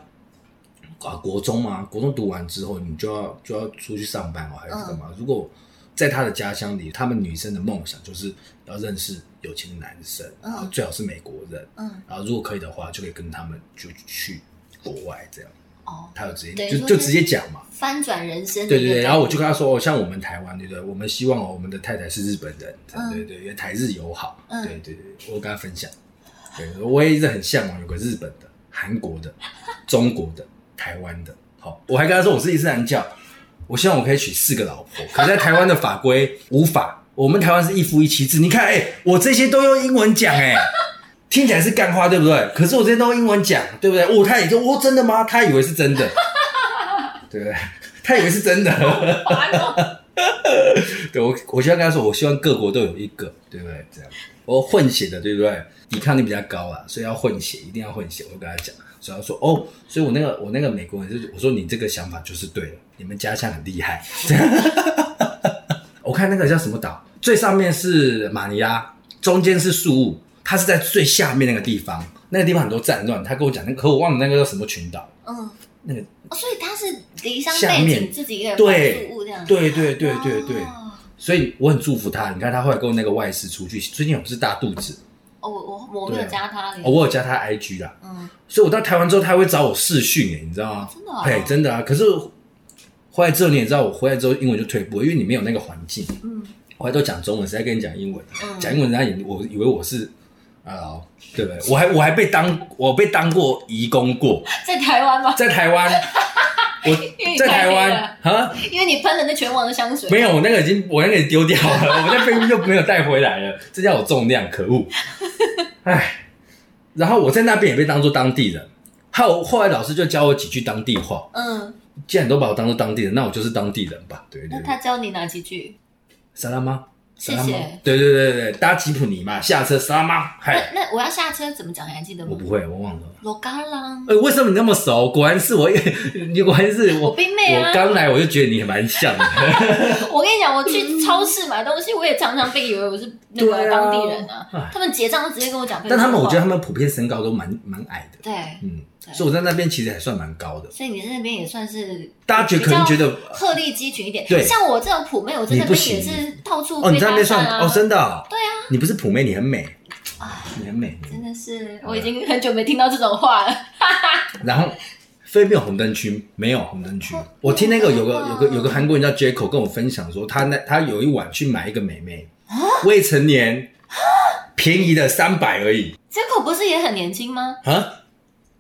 Speaker 2: 啊国中嘛，国中读完之后，你就要就要出去上班哦，还是干嘛？如果在他的家乡里，他们女生的梦想就是要认识有钱的男生，
Speaker 1: 嗯
Speaker 2: 然后最好是美国人，
Speaker 1: 嗯，
Speaker 2: 然后如果可以的话，就可以跟他们就去国外这样。
Speaker 1: 哦，
Speaker 2: 他有直接
Speaker 1: 对
Speaker 2: 就
Speaker 1: 就是
Speaker 2: 就直接讲嘛，
Speaker 1: 翻转人生的
Speaker 2: 对
Speaker 1: 一个概念。
Speaker 2: 对对。然后我就跟他说，哦，像我们台湾，对不对？我们希望哦我们的太太是日本人，
Speaker 1: 嗯
Speaker 2: 对对对，因为台日友好，
Speaker 1: 嗯
Speaker 2: 对对对。我跟他分享，对我也一直很向往有个日本的、韩国的、中国的、台湾的。好，我还跟他说我是伊斯兰教，我希望我可以娶四个老婆，可是在台湾的法规无法，我们台湾是一夫一妻制。你看，哎、我这些都用英文讲、哎。听起来是干话，对不对？可是我这些都用英文讲，对不对？哦，他也就哦，真的吗？他以为是真的， 对不对？他以为是真的，对我，我就要跟他说，我希望各国都有一个，对不对？这样，我说混血的，对不对？抵抗力比较高啊，所以要混血，一定要混血。我就跟他讲，所以他说哦，所以我那个我那个美国人就是，我说你这个想法就是对的，你们家乡很厉害。 我看那个叫什么岛，最上面是马尼拉，中间是宿务，它是在最下面那个地方，那个地方很多战乱。他跟我讲，那个可我忘了那个叫什么群岛，
Speaker 1: 嗯，
Speaker 2: 那个
Speaker 1: 哦，所以他是离乡
Speaker 2: 下
Speaker 1: 背景，
Speaker 2: 面
Speaker 1: 自己一个人
Speaker 2: 对
Speaker 1: 住这样。
Speaker 2: 对对对对对，
Speaker 1: 哦
Speaker 2: 所以我很祝福他。你看他后来跟我那个外事出去，最近我是大肚子，
Speaker 1: 哦，我我我没有
Speaker 2: 对啊
Speaker 1: 加他嘞。
Speaker 2: 哦我有加他 IG 啦，
Speaker 1: 嗯，
Speaker 2: 所以我到台湾之后他会找我视讯哎、你知道吗？
Speaker 1: 真的啊
Speaker 2: 嘿，真的啊。可是回来之后你也知道，我回来之后英文就退步了，因为你没有那个环境。
Speaker 1: 嗯，
Speaker 2: 我还都讲中文，谁在跟你讲英文
Speaker 1: 嗯？
Speaker 2: 讲、英文人家以我以为我是啊、对不对？我还我还被当我被当过移工过，
Speaker 1: 在台湾吗？
Speaker 2: 在台湾，
Speaker 1: 因为
Speaker 2: 我
Speaker 1: 你
Speaker 2: 在
Speaker 1: 太
Speaker 2: 台
Speaker 1: 黑
Speaker 2: 湾
Speaker 1: 了
Speaker 2: 啊，
Speaker 1: 因为你喷了那全网的香水。
Speaker 2: 没有，我那个已经我那个也丢掉了，我在菲律宾就没有带回来了， 这叫我重量，可 恶！唉，然后我在那边也被当做当地人，后后来老师就教我几句当地话，
Speaker 1: 嗯，
Speaker 2: 既然都把我当做当地人，那我就是当地人吧，对对
Speaker 1: 那
Speaker 2: 对
Speaker 1: 他，教你哪几句？
Speaker 2: 沙拉吗？
Speaker 1: 谢
Speaker 2: 沙拉吗
Speaker 1: 谢？
Speaker 2: 对对对对，搭吉普尼嘛，下车沙拉吗？ 嗨。
Speaker 1: 那那我要下车怎么讲？你还记得
Speaker 2: 我
Speaker 1: 吗？
Speaker 2: 不会，我忘了。
Speaker 1: 罗嘎郎，
Speaker 2: 呃，为什么你那么熟？果然是我， 你果然是我。
Speaker 1: 我并没有啊
Speaker 2: 我刚来我就觉得你蛮像的。
Speaker 1: 我跟你讲，我去超市买东西，我也常常被以为我是那个
Speaker 2: 对啊
Speaker 1: 当地人啊。
Speaker 2: 唉
Speaker 1: 他们结账都直接跟我讲，
Speaker 2: 但他们，我觉得他们普遍身高都蛮蛮矮的。
Speaker 1: 对，
Speaker 2: 嗯，
Speaker 1: 对
Speaker 2: 所以我在那边其实还算蛮高的。
Speaker 1: 所以你在那边也算是
Speaker 2: 大家觉得可能觉得
Speaker 1: 比较鹤立鸡群一点。
Speaker 2: 对
Speaker 1: 像我这种普妹，我在那
Speaker 2: 你不
Speaker 1: 边也
Speaker 2: 行
Speaker 1: 是到处
Speaker 2: 哦，你
Speaker 1: 被
Speaker 2: 在那
Speaker 1: 搭
Speaker 2: 边
Speaker 1: 讪
Speaker 2: 算
Speaker 1: 啊。
Speaker 2: 哦，真的、哦。
Speaker 1: 对啊，
Speaker 2: 你不是普妹，你很美，你很美。
Speaker 1: 真的是，我已经很久没听到这种话了。
Speaker 2: 然后菲律宾有红灯区没有红灯
Speaker 1: 哦
Speaker 2: 区？我听那个有个有个有个韩国人叫 Jaco 跟我分享说，他那他有一晚去买一个美眉，未成年，便宜的三百而已
Speaker 1: 杰口不是也很年轻吗？
Speaker 2: 啊。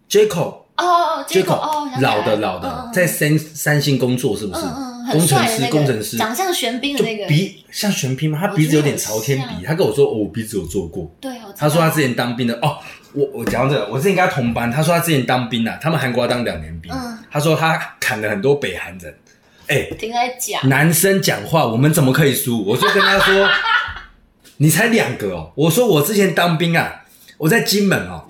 Speaker 2: Jaco
Speaker 1: 哦，杰口哦，想起来
Speaker 2: 老
Speaker 1: 了
Speaker 2: 的老
Speaker 1: 嗯
Speaker 2: 的，
Speaker 1: 嗯
Speaker 2: 在三三星工作是不
Speaker 1: 嗯
Speaker 2: 是
Speaker 1: 嗯，嗯，？很
Speaker 2: 工程
Speaker 1: 帅的
Speaker 2: 师，
Speaker 1: 那个
Speaker 2: 工程师，
Speaker 1: 长相玄彬的
Speaker 2: 就
Speaker 1: 那个，
Speaker 2: 鼻像玄彬吗？他
Speaker 1: 我
Speaker 2: 鼻
Speaker 1: 觉
Speaker 2: 子
Speaker 1: 得
Speaker 2: 有点朝天
Speaker 1: 很像
Speaker 2: 鼻。他跟我说，哦，我鼻子有做过。
Speaker 1: 对，我知道
Speaker 2: 他说他之前当兵的哦，我我讲到这个，我之前跟他同班，他说他之前当兵啊，他们韩国要当两年兵
Speaker 1: 嗯，
Speaker 2: 他说他砍了很多北韩人。哎，
Speaker 1: 听他讲，
Speaker 2: 男生讲话我们怎么可以输？我就跟他说，你才两个哦。我说我之前当兵啊，我在金门哦，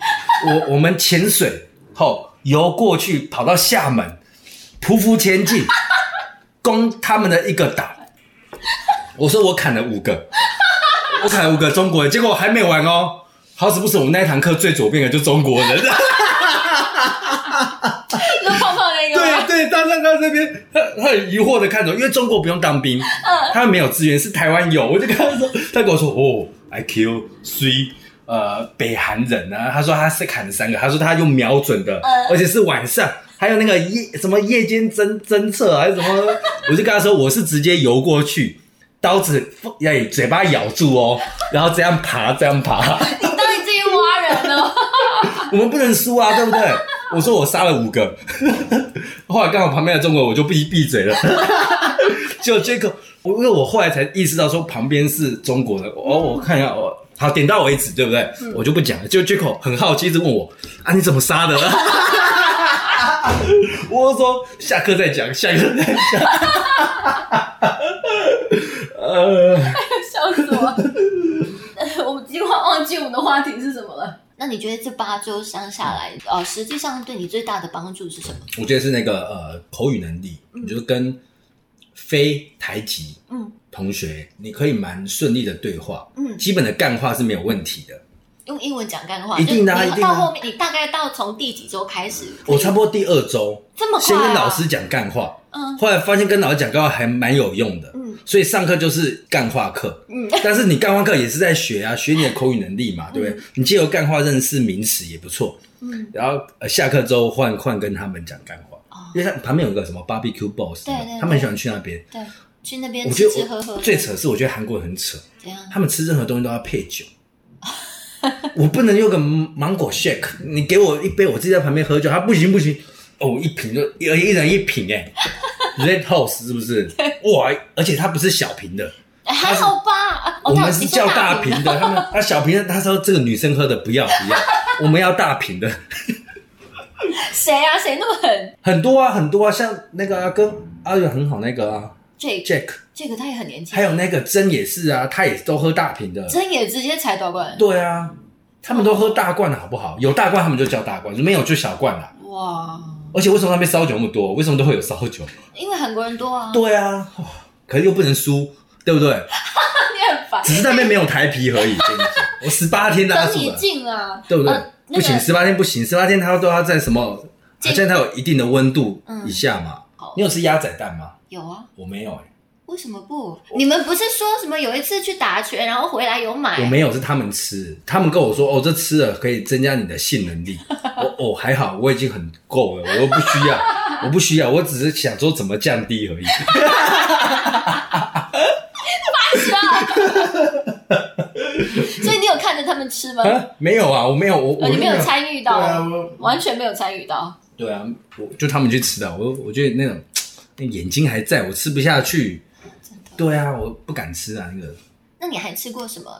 Speaker 2: 我我们潜水后游过去，跑到厦门，匍匐前进，攻他们的一个岛。我说我砍了五个，我砍了五个中国人，结果还没完哦。好死不死，我们那一堂课最左边的就是中国人。
Speaker 1: 就胖胖那个
Speaker 2: 对啊
Speaker 1: 吗，
Speaker 2: 对，他站到这边，他他很疑惑的看着我，因为中国不用当兵，他们没有资源，是台湾有。我就跟他说，他跟我说，哦，I kill three。呃，北韩人啊，他说他是砍了三个，他说他用瞄准的，
Speaker 1: 嗯
Speaker 2: 而且是晚上，还有那个夜什么夜间侦侦测啊还是什么， 我就跟他说我是直接游过去，刀子哎嘴巴咬住哦，然后这样爬这样爬，
Speaker 1: 你到底自己挖人哦？
Speaker 2: 我们不能输啊，对不对？我说我杀了五个， 后来刚好旁边的中国人我就闭闭嘴了。 就结果，我因为我后来才意识到说旁边是中国人，哦，我看一下，我好点到为止，对不对？我就不讲了。就 j a c o 很好奇，一直问我啊，你怎么杀的？ 我说下课再讲，下课再讲。呃，
Speaker 1: 笑死我！ 我们几乎忘记我们的话题是什么了。那你觉得这八周上下来，呃，实际上对你最大的帮助是什么？
Speaker 2: 我觉得是那个呃口语能力，你就跟非台籍
Speaker 1: 嗯
Speaker 2: 同学，你可以蛮顺利的对话，
Speaker 1: 嗯，
Speaker 2: 基本的干话是没有问题的。
Speaker 1: 用英文讲干话，
Speaker 2: 一定的啊
Speaker 1: 就是你
Speaker 2: 一定
Speaker 1: 到
Speaker 2: 的啊
Speaker 1: 后面，你大概到从第几周开始？
Speaker 2: 我差不多第二周
Speaker 1: 这么快、啊？
Speaker 2: 先跟老师，讲干话，
Speaker 1: 嗯
Speaker 2: 后来发现跟老师讲干话还蛮有用的，
Speaker 1: 嗯
Speaker 2: 所以上课就是干话课。
Speaker 1: 嗯，
Speaker 2: 但是你干话课也是在学啊，学你的口语能力嘛，对不对？你借由干话认识名词也不错。
Speaker 1: 嗯，
Speaker 2: 然后、呃、下课之后换换跟他们讲干话，
Speaker 1: 哦，
Speaker 2: 因为他旁边有个什么 barbecue boss，
Speaker 1: 对对对
Speaker 2: 他们很喜欢去那边。
Speaker 1: 对，去那边
Speaker 2: 我
Speaker 1: 吃
Speaker 2: 觉得
Speaker 1: 吃喝喝
Speaker 2: 我，最扯的是，我觉得韩国人很扯，
Speaker 1: 怎样？
Speaker 2: 他们吃任何东西都要配酒。 我不能用个芒果 shake，你给我一杯，我自己在旁边喝酒，他不行不行，哦，一瓶就一一人一瓶哎、Red House 是不是？哇，而且它不是小瓶的，
Speaker 1: 哎还好吧？哦
Speaker 2: 我
Speaker 1: 那
Speaker 2: 们是
Speaker 1: 你
Speaker 2: 叫
Speaker 1: 说啊
Speaker 2: 大
Speaker 1: 瓶
Speaker 2: 瓶的，他们他啊小瓶的，他说这个女生喝的不 要不要，我们要大瓶的，
Speaker 1: 谁啊？谁那么狠？
Speaker 2: 很多啊很多啊，像那个、啊、跟阿远很好那个啊
Speaker 1: 这
Speaker 2: ，Jack，
Speaker 1: 这个他也很年轻，
Speaker 2: 还有那个真也是啊，他也都喝大瓶的，
Speaker 1: 真也直接踩夺冠，
Speaker 2: 对啊，他们都喝大罐的好不好？有大罐他们就叫大罐，没有就小罐啦。
Speaker 1: 哇！
Speaker 2: 而且为什么那边烧酒那么多？为什么都会有烧酒？
Speaker 1: 因为韩国人多啊，
Speaker 2: 对啊，哇可是又不能输，对不对？
Speaker 1: 你很烦，
Speaker 2: 只是那边没有台 皮而已。跟你讲，我十八天拉
Speaker 1: 等
Speaker 2: 住
Speaker 1: 你
Speaker 2: 了，
Speaker 1: 进啊，
Speaker 2: 对不对？
Speaker 1: 呃那
Speaker 2: 不行，
Speaker 1: 个
Speaker 2: 十八天不行，十八天它都要在什么？好
Speaker 1: 这
Speaker 2: 像它有一定的温度
Speaker 1: 嗯
Speaker 2: 以下嘛。
Speaker 1: 好
Speaker 2: 你有吃鸭仔蛋吗？
Speaker 1: 有啊，
Speaker 2: 我没有、欸，
Speaker 1: 为什么不？你们不是说什么有一次去打拳，然后回来有买？
Speaker 2: 我没有，是他们吃。他们跟我说，哦，这吃了可以增加你的性能力。我哦，还好，我已经很够了，我又不需要，我不需要，我只是想说怎么降低而已。
Speaker 1: 所以你有看着他们吃吗？
Speaker 2: 啊，没有啊，我没有，我我
Speaker 1: 呃，你没有
Speaker 2: 猜
Speaker 1: 参与到，
Speaker 2: 对啊我
Speaker 1: 完全没有参与到。
Speaker 2: 对啊，我就他们去吃的，我我觉得那种那眼睛还在，我吃不下去。对啊，我不敢吃啊，那个
Speaker 1: 那你还吃过什么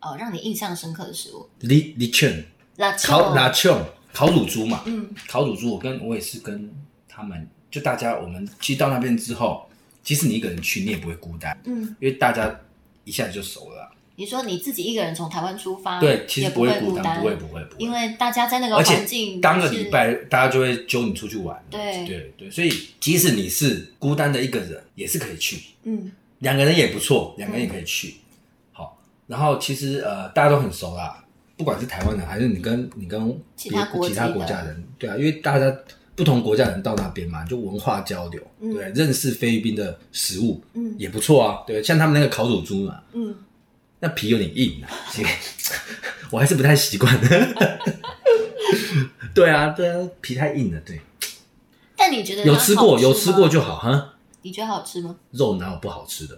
Speaker 1: 哦让你印象深刻的食物？
Speaker 2: 李李券
Speaker 1: 辣
Speaker 2: 烤拉
Speaker 1: 辣，
Speaker 2: 券烤乳猪嘛，
Speaker 1: 嗯
Speaker 2: 烤乳猪，我跟我也是跟他们，就大家我们其实到那边之后，即使你一个人去，你也不会孤单，
Speaker 1: 嗯，
Speaker 2: 因为大家一下子就熟了啊、
Speaker 1: 你说你自己一个人从台湾出发，
Speaker 2: 对，其
Speaker 1: 啊也
Speaker 2: 实
Speaker 1: 不
Speaker 2: 不会
Speaker 1: 会孤
Speaker 2: 单，不会不会不会
Speaker 1: 因。为大家在那个
Speaker 2: 而且
Speaker 1: 环境，
Speaker 2: 当个礼，拜，大家就会揪你出去玩。
Speaker 1: 对
Speaker 2: 对对，所以即使你是孤单的一个人，也是可以去，
Speaker 1: 嗯
Speaker 2: 两个人也不错，两个人也可以去。好，然后其实呃，大家都很熟啦，不管是台湾人还是你跟你跟
Speaker 1: 其
Speaker 2: 别
Speaker 1: 他国
Speaker 2: 其
Speaker 1: 籍的
Speaker 2: 他国家人，对啊，因为大家不同国家人到那边嘛，就文化交流，
Speaker 1: 嗯
Speaker 2: 对，认识菲律宾的食物
Speaker 1: 嗯
Speaker 2: 也不错啊，对，像他们那个烤乳猪嘛，
Speaker 1: 嗯，
Speaker 2: 那皮有点硬啊， 其实我还是不太习惯。 对啊，对啊，皮太硬了。对，
Speaker 1: 但你觉得
Speaker 2: 有
Speaker 1: 它
Speaker 2: 吃
Speaker 1: 好
Speaker 2: 过，有
Speaker 1: 吗
Speaker 2: 吃过，就好哈。
Speaker 1: 你觉得好吃 吗？
Speaker 2: 肉哪有不好吃的？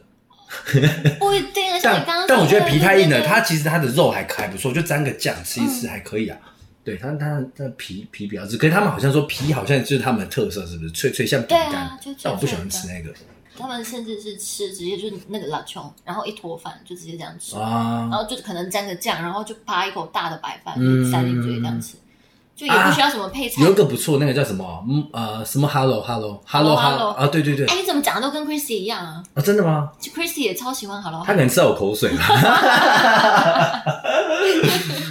Speaker 1: 不一定啊，像
Speaker 2: 但
Speaker 1: 你刚刚
Speaker 2: 但我觉得
Speaker 1: 说的
Speaker 2: 皮
Speaker 1: 那
Speaker 2: 太硬了，
Speaker 1: 个
Speaker 2: 它其实它的肉还还不错，就沾个酱吃一吃
Speaker 1: 嗯
Speaker 2: 还可以啊。对，它它它皮皮比较硬，可是他们好像说皮好像就是他们的特色，是不是？脆脆像饼
Speaker 1: 对啊
Speaker 2: 干，
Speaker 1: 就脆
Speaker 2: 但我不喜
Speaker 1: 脆
Speaker 2: 欢
Speaker 1: 的
Speaker 2: 吃那个
Speaker 1: 他们甚至是吃直接就是那个辣球，然后一坨饭就直接这样吃，
Speaker 2: 啊
Speaker 1: 然。后就可能沾个酱，然后就扒一口大的白饭
Speaker 2: 嗯
Speaker 1: 塞进嘴这样吃，就也不需要什么配菜。
Speaker 2: 有一个不错，那个叫什么？嗯呃，什么 Hello Hello Hello Hello
Speaker 1: Hello，Hello
Speaker 2: 啊？对对对
Speaker 1: 哎，你怎么讲的都跟 Christy 一样啊？
Speaker 2: 啊，真的吗？
Speaker 1: 就 Christy 也超喜欢好了
Speaker 2: 他，可能吃到我口水了。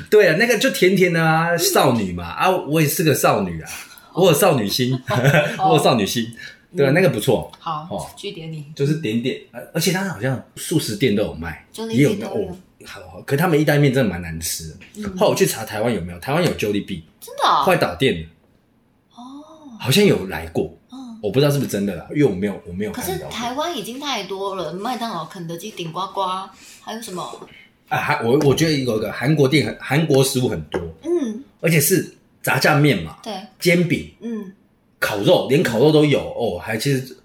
Speaker 2: 对啊，那个就甜甜的啊，少女嘛啊，我也是个少女啊，我有少女心，
Speaker 1: 哦
Speaker 2: 我有少女心。对啊，那个不错，
Speaker 1: 好
Speaker 2: 哦，
Speaker 1: 据点你，
Speaker 2: 就是点点，呃而且他好像素食店都有卖，
Speaker 1: 就类似
Speaker 2: 也有
Speaker 1: 都
Speaker 2: 那
Speaker 1: 有
Speaker 2: 哦，好好，可他们意大利面真的蛮难吃的。
Speaker 1: 嗯
Speaker 2: 后来我去查台湾有没有，台湾有 Jollibee，
Speaker 1: 真的哦
Speaker 2: 后来倒店了，
Speaker 1: 哦，
Speaker 2: 好像有来过，
Speaker 1: 嗯。
Speaker 2: 我不知道是不是真的啦，因为我没有我没有
Speaker 1: 可
Speaker 2: 看
Speaker 1: 是
Speaker 2: 到过。
Speaker 1: 台湾已经太多了，麦当劳、肯德基、顶呱呱，还有什么？
Speaker 2: 啊，韩我我觉得有一个韩国店很韩国食物很多，
Speaker 1: 嗯，
Speaker 2: 而且是炸酱面嘛，
Speaker 1: 对，
Speaker 2: 煎饼。
Speaker 1: 嗯，
Speaker 2: 烤肉，连烤肉都有哦，还其实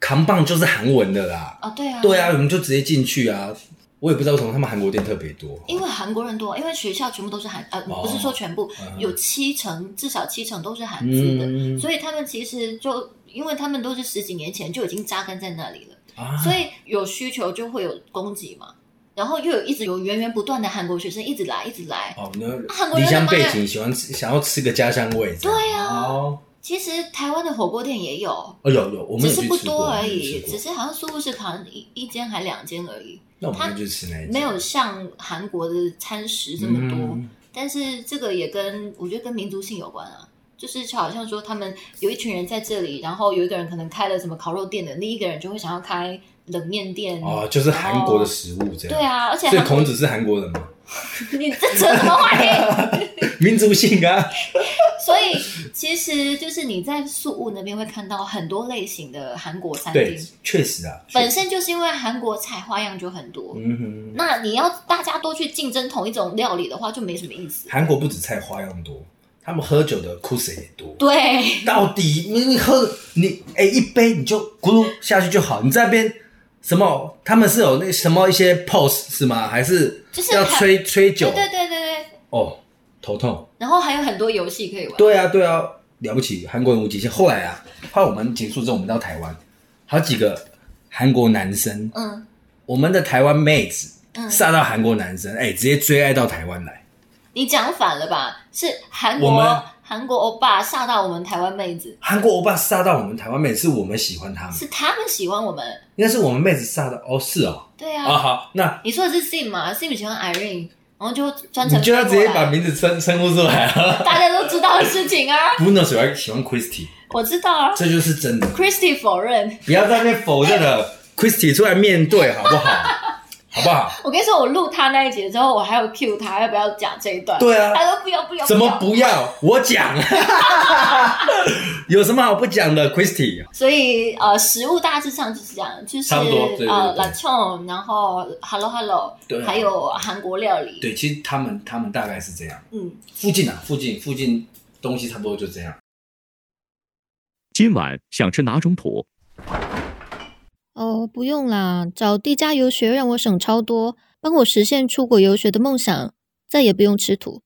Speaker 2: 扛棒就是韩文的啦。
Speaker 1: 哦，对啊，
Speaker 2: 对啊，我们就直接进去啊。我也不知道为什么他们韩国店特别多，
Speaker 1: 因为韩国人多，因为学校全部都是韩，呃，
Speaker 2: 哦
Speaker 1: 不是说全部，
Speaker 2: 嗯
Speaker 1: 有七成至少七成都是韩字的，
Speaker 2: 嗯，
Speaker 1: 所以他们其实就因为他们都是十几年前就已经扎根在那里了，
Speaker 2: 啊
Speaker 1: 所以有需求就会有供给嘛，然后又有一直有源源不断的韩国学生一直来一直来。
Speaker 2: 哦，那
Speaker 1: 韩国
Speaker 2: 离
Speaker 1: 人
Speaker 2: 乡
Speaker 1: 他妈
Speaker 2: 背
Speaker 1: 的
Speaker 2: 景喜欢吃，想要吃个家乡味，对
Speaker 1: 啊
Speaker 2: 哦，
Speaker 1: 其实台湾的火锅店也有，
Speaker 2: 哦有有，我们
Speaker 1: 只是
Speaker 2: 有去
Speaker 1: 不
Speaker 2: 吃过
Speaker 1: 多而
Speaker 2: 我
Speaker 1: 已，
Speaker 2: 们有去
Speaker 1: 只
Speaker 2: 吃过
Speaker 1: 是好像苏富士好像一一间还两间而已，
Speaker 2: 那我们就去吃那一家
Speaker 1: 没有像韩国的餐食这么多。
Speaker 2: 嗯
Speaker 1: 但是这个也跟我觉得跟民族性有关啊，就是就好像说他们有一群人在这里，然后有一个人可能开了什么烤肉店的，另一个人就会想要开冷面店。
Speaker 2: 哦，就是韩国的食物这样。
Speaker 1: 对啊，而且
Speaker 2: 所以
Speaker 1: 韩国
Speaker 2: 孔子是韩国人吗？
Speaker 1: 你这扯什么话题？
Speaker 2: 民族性啊，
Speaker 1: 所以其实就是你在宿务那边会看到很多类型的韩国餐
Speaker 2: 对
Speaker 1: 厅，，
Speaker 2: 确实啊。
Speaker 1: 本身就是因为韩国菜花样就很多。
Speaker 2: 嗯哼，
Speaker 1: 那你要大家都去竞争同一种料理的话，就没什么意思。
Speaker 2: 韩国不止菜花样多，他们喝酒的苦水也多。
Speaker 1: 对，
Speaker 2: 到底你你喝你哎、一杯你就咕噜下去就好，你在那边什么？他们是有那什么一些 pose 是吗？还是
Speaker 1: 就是
Speaker 2: 要
Speaker 1: 很
Speaker 2: 吹吹酒
Speaker 1: 对？对对对对。
Speaker 2: 哦，头痛。
Speaker 1: 然后还有很多游戏可以玩。
Speaker 2: 对啊，对啊，了不起，韩国人无极限。后来啊，后来我们结束之后，我们到台湾，好几个韩国男生，
Speaker 1: 嗯，
Speaker 2: 我们的台湾妹子
Speaker 1: 嗯
Speaker 2: 杀到韩国男生，哎、直接追爱到台湾来。
Speaker 1: 你讲反了吧？是韩
Speaker 2: 我们
Speaker 1: 国韩国欧巴吓到我们台湾妹子，
Speaker 2: 韩国欧巴杀到我们台湾妹子，是我们喜欢他们，
Speaker 1: 是他们喜欢我们。
Speaker 2: 应该是我们妹子杀的哦，是哦，
Speaker 1: 对
Speaker 2: 啊、
Speaker 1: 啊，
Speaker 2: 好，那
Speaker 1: 你说的是 Sim 嘛？Sim 喜欢 Irene，然后就专程
Speaker 2: 你就要直
Speaker 1: 飞
Speaker 2: 接
Speaker 1: 过来
Speaker 2: 把名字称称呼出来啊。
Speaker 1: 大家都知道的事情啊。
Speaker 2: Bruno 喜欢喜欢 Christy，
Speaker 1: 我知道啊
Speaker 2: 这就是真的，
Speaker 1: ，Christy 否认。
Speaker 2: 不要在那边否认
Speaker 1: 哎
Speaker 2: 了，Christy 出来面对好不好？好不好？
Speaker 1: 我跟你说，我录他那一集之后，我还有 Q 他要不要讲这一段。
Speaker 2: 对啊
Speaker 1: 他说不要不要，
Speaker 2: 怎么
Speaker 1: 要？
Speaker 2: 不要？我讲， 有什么好不讲的？Christy，
Speaker 1: 所以呃，食物大致上就是这样，就是
Speaker 2: 差不多对对
Speaker 1: 呃
Speaker 2: 对
Speaker 1: ，La c h o n 然后 Hello Hello，
Speaker 2: 对啊
Speaker 1: 还有韩国料理，，
Speaker 2: 对，其实他们他们大概是这样，
Speaker 1: 嗯，
Speaker 2: 附近啊，附近附近东西差不多就这样。
Speaker 4: 今晚想吃哪种土？
Speaker 3: 哦，不用啦，找地家游学让我省超多，帮我实现出国游学的梦想，再也不用吃土。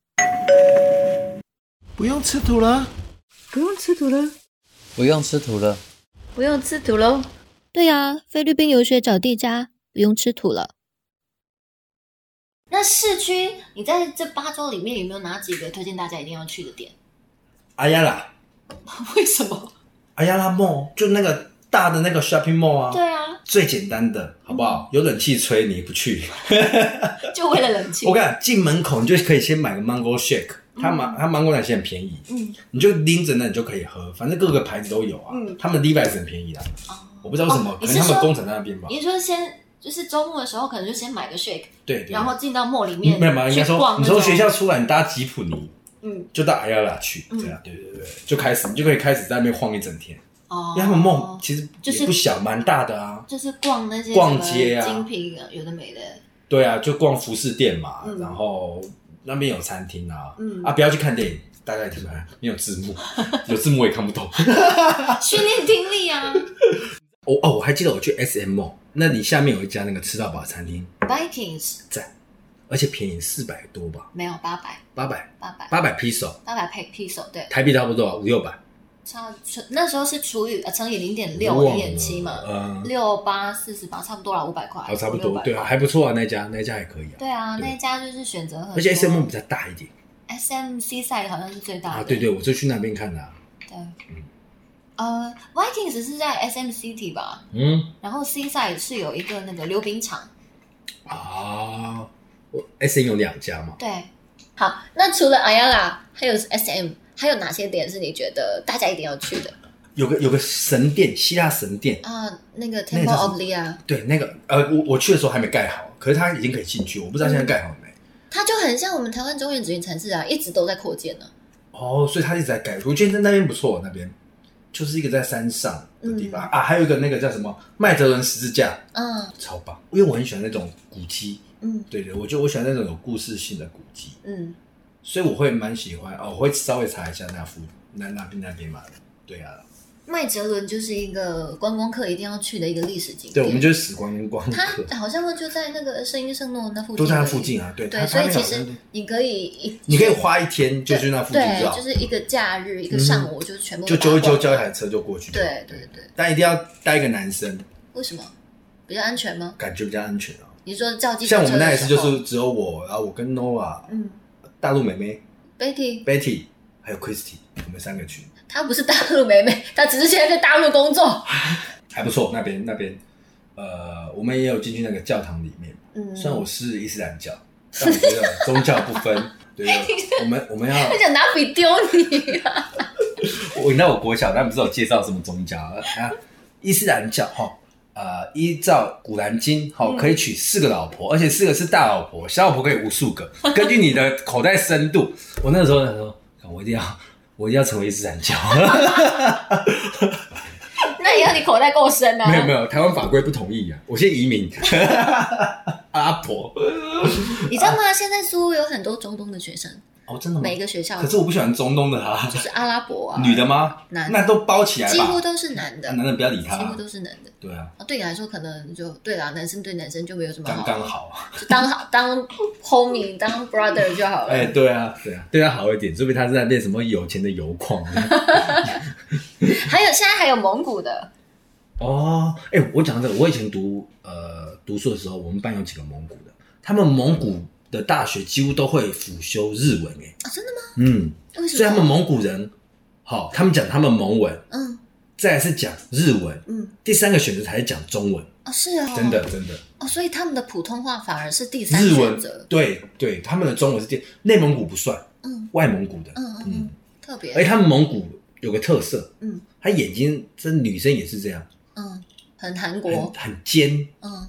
Speaker 5: 不用吃土了，
Speaker 6: 不用吃土了，
Speaker 7: 不用吃土了，
Speaker 6: 不用吃土喽。
Speaker 3: 对呀、菲律宾游学找地家，不用吃土了。
Speaker 1: 那市区，你在这八周里面有没有哪几个推荐大家一定要去的点？
Speaker 2: 阿亚拉，
Speaker 1: 为什么？
Speaker 2: 阿亚拉 mall 就那个大的那个 shopping mall 啊，
Speaker 1: 对嗯啊，
Speaker 2: 最简单的好不好？有冷气吹你也不去，
Speaker 1: 就为了冷气
Speaker 2: 我。跟你讲，进门口你就可以先买个 mango shake，它芒它 mango 奶昔很便宜，
Speaker 1: 嗯，
Speaker 2: 你就拎着那你就可以喝，反正各个牌子都有啊，
Speaker 1: 嗯
Speaker 2: 他们 Levi's 很便宜啊，我不知道为什么
Speaker 1: 哦，
Speaker 2: 可
Speaker 1: 你
Speaker 2: 能
Speaker 1: 是
Speaker 2: 他们
Speaker 1: 说
Speaker 2: 工厂在那边吧，
Speaker 1: 你是说先就是周末的时候，可能就先买个 shake，
Speaker 2: 对对，
Speaker 1: 然后进到梦里
Speaker 2: 你
Speaker 1: 面
Speaker 2: 没有没有，应该
Speaker 1: 去
Speaker 2: 说
Speaker 1: 逛
Speaker 2: 你
Speaker 1: 那种
Speaker 2: 从学校出来，你搭吉普尼
Speaker 1: 嗯
Speaker 2: 就到 a 拉 a 去，
Speaker 1: 嗯
Speaker 2: 这样对对对，就开始你就可以开始在那边晃一整天，
Speaker 1: 哦
Speaker 2: 因，为他们梦其实
Speaker 1: 就是
Speaker 2: 也不小，蛮大的啊，
Speaker 1: 就是逛那些
Speaker 2: 逛街啊
Speaker 1: 什么精品啊有的没的，
Speaker 2: 对啊，就逛服饰店嘛
Speaker 1: 嗯，
Speaker 2: 然后那边有餐厅啊
Speaker 1: 嗯，
Speaker 2: 啊不要去看电影。大概听不懂哎没有字幕， 有字幕我也看不懂。
Speaker 1: 训练听力啊。
Speaker 2: 哦哦，我还记得我去 S M O，那里下面有一家那个吃到饱餐厅，
Speaker 1: Vikings
Speaker 2: 赞，而且便宜四百多吧，
Speaker 1: 没有八百，
Speaker 2: 八百
Speaker 1: 八百，
Speaker 2: 八百 p e s o
Speaker 1: 八百配 p i 对，
Speaker 2: 台币差不多啊，五六百。
Speaker 1: 差那时候是除以呃乘以零点
Speaker 2: 我
Speaker 1: 六，
Speaker 2: 忘
Speaker 1: 零
Speaker 2: 了
Speaker 1: 点七嘛，
Speaker 2: 嗯，
Speaker 1: 六八四十八，差不多啦，五百块
Speaker 2: 好，，差不多，
Speaker 1: 500
Speaker 2: 对啊，还不错啊，那家那家还可以啊，
Speaker 1: 对啊，
Speaker 2: 对
Speaker 1: 那一家就是选择很多，
Speaker 2: 而且 S M 比较大一点
Speaker 1: SMC 赛好像是最大的，
Speaker 2: 啊，对对，我就去那边看的啊，
Speaker 1: 对，呃，Vikings 是在 SMCT 吧，
Speaker 2: 嗯
Speaker 1: 然后 C 赛是有一个那个溜冰场，
Speaker 2: 啊，我 S M 有两家嘛，
Speaker 1: 对，好，那除了 Ayala 还有 SM，还有哪些点是你觉得大家一定要去的？
Speaker 2: 有个有个神殿，希腊神殿，
Speaker 1: 啊，那个
Speaker 2: 那个叫
Speaker 1: Temple
Speaker 2: 什
Speaker 1: of
Speaker 2: 么
Speaker 1: Lia，
Speaker 2: 对，那个呃，我我去的时候还没盖好，可是它已经可以进去，我不知道现
Speaker 1: 嗯
Speaker 2: 在盖好没。
Speaker 1: 它就很像我们台湾中原紫云禅寺啊，一直都在扩建呢、
Speaker 2: 哦，所以他一直在改。我觉得那边不错，那边就是一个在山上的地方、啊，还有一个那个叫什么麦哲伦十字架，
Speaker 1: 嗯
Speaker 2: 超棒。因为我很喜欢那种古迹，
Speaker 1: 嗯
Speaker 2: 对对，我觉得我喜欢那种有故事性的古迹，
Speaker 1: 嗯，
Speaker 2: 所以我会蛮喜欢哦，我会稍微查一下那附那那边那边嘛。对啊，
Speaker 1: 麦哲伦就是一个观光客一定要去的一个历史景
Speaker 2: 对，
Speaker 1: 点。
Speaker 2: 我们就是时光光客，
Speaker 1: 它好像就在那个圣音圣诺那附近，
Speaker 2: 都在那附。近啊。对，
Speaker 1: 对，
Speaker 2: 它
Speaker 1: 所以
Speaker 2: 它那
Speaker 1: 其
Speaker 2: 个好
Speaker 1: 实
Speaker 2: 像
Speaker 1: 你可以一
Speaker 2: 你可以花一天就去那附近就
Speaker 1: 对，
Speaker 2: 好嗯
Speaker 1: 就，是一个假日一个上午，就全部
Speaker 2: 就
Speaker 1: 都
Speaker 2: 揪一揪，
Speaker 1: 打
Speaker 2: 叫
Speaker 1: 光
Speaker 2: 一台车就过去。
Speaker 1: 对对对，
Speaker 2: 但一定要带一个男生，
Speaker 1: 为什么比较安全吗？
Speaker 2: 感觉比较安全啊。
Speaker 1: 你说叫计程
Speaker 2: 像我们
Speaker 1: 车的
Speaker 2: 那一次
Speaker 1: 时
Speaker 2: 就
Speaker 1: 候
Speaker 2: 是只有我，然后我跟 Nova、
Speaker 1: 嗯
Speaker 2: 大陆妹妹
Speaker 1: ，Betty
Speaker 2: Betty 还有 Christy，我们三个去，
Speaker 1: 她不是大陆妹妹， 她只是现在在大陆工作。
Speaker 2: 还不错。那边那边，呃，我们也有进去那个教堂里面。
Speaker 1: 嗯，
Speaker 2: 虽然我是伊斯 兰教，但我觉得宗教不分，对不对？我们我们要，
Speaker 1: 她想拿笔丢你 啊！
Speaker 2: 我你知道我国小他们不是有介绍什么宗教啊？啊伊斯兰教哈，呃，依照《古兰经》好、
Speaker 1: 嗯
Speaker 2: 可以娶四个老婆，而且四个是大老婆，小老婆可以无数个，根据你的口袋深 度。我那时候想说，我一定要，我一定要成为伊斯兰教。
Speaker 1: 啊
Speaker 5: 那也要你口袋够深啊。
Speaker 2: 没有没有，台湾法规不同意啊，我先移民。 阿婆，
Speaker 1: 你知道吗？现在苏有很多中东的学生，
Speaker 2: 哦，真的吗
Speaker 1: 每一？个学校
Speaker 2: 可是我不喜欢中东的啊，
Speaker 1: 就是阿拉伯啊，
Speaker 2: 女的吗？
Speaker 1: 男
Speaker 2: 那都包起来吧，
Speaker 1: 几乎都是男的，
Speaker 2: 男的不要理他
Speaker 1: 几乎都是男的。
Speaker 2: 对啊，
Speaker 1: 啊，对你来说可能就对啦，男生对男生就没有什么
Speaker 2: 刚
Speaker 1: 好，
Speaker 2: 刚好。
Speaker 1: 就当好当 homie 当 brother 就好了。
Speaker 2: 哎，对啊，对啊，对他好一点，说不定他是在变什么有钱的油矿。
Speaker 5: 还有现在还有蒙古的，
Speaker 2: 哦，哎、我讲这个，我以前读呃读书的时候，我们班有几个蒙古的，他们蒙古的大学几乎都会辅修日文、哎、
Speaker 1: 啊，真的吗？
Speaker 2: 嗯，
Speaker 1: 为什么？
Speaker 2: 所以他们蒙古人，好、他们讲他们蒙文，
Speaker 1: 嗯
Speaker 2: 再来是讲日文，
Speaker 1: 嗯，
Speaker 2: 第三个选择才是讲中文，
Speaker 1: 哦是哦，
Speaker 2: 真的真的，
Speaker 1: 哦，所以他们的普通话反而是第三
Speaker 2: 日文
Speaker 1: 选择。
Speaker 2: 对对，他们的中文是第内蒙古不算，
Speaker 1: 嗯
Speaker 2: 外蒙古的，
Speaker 1: 嗯嗯
Speaker 2: 嗯
Speaker 1: 嗯，特别
Speaker 2: 而且他们蒙古有个特色，
Speaker 1: 嗯，
Speaker 2: 他眼睛这女生也是这样，
Speaker 1: 嗯，很韩
Speaker 2: 很
Speaker 1: 国，
Speaker 2: 很尖，
Speaker 1: 嗯，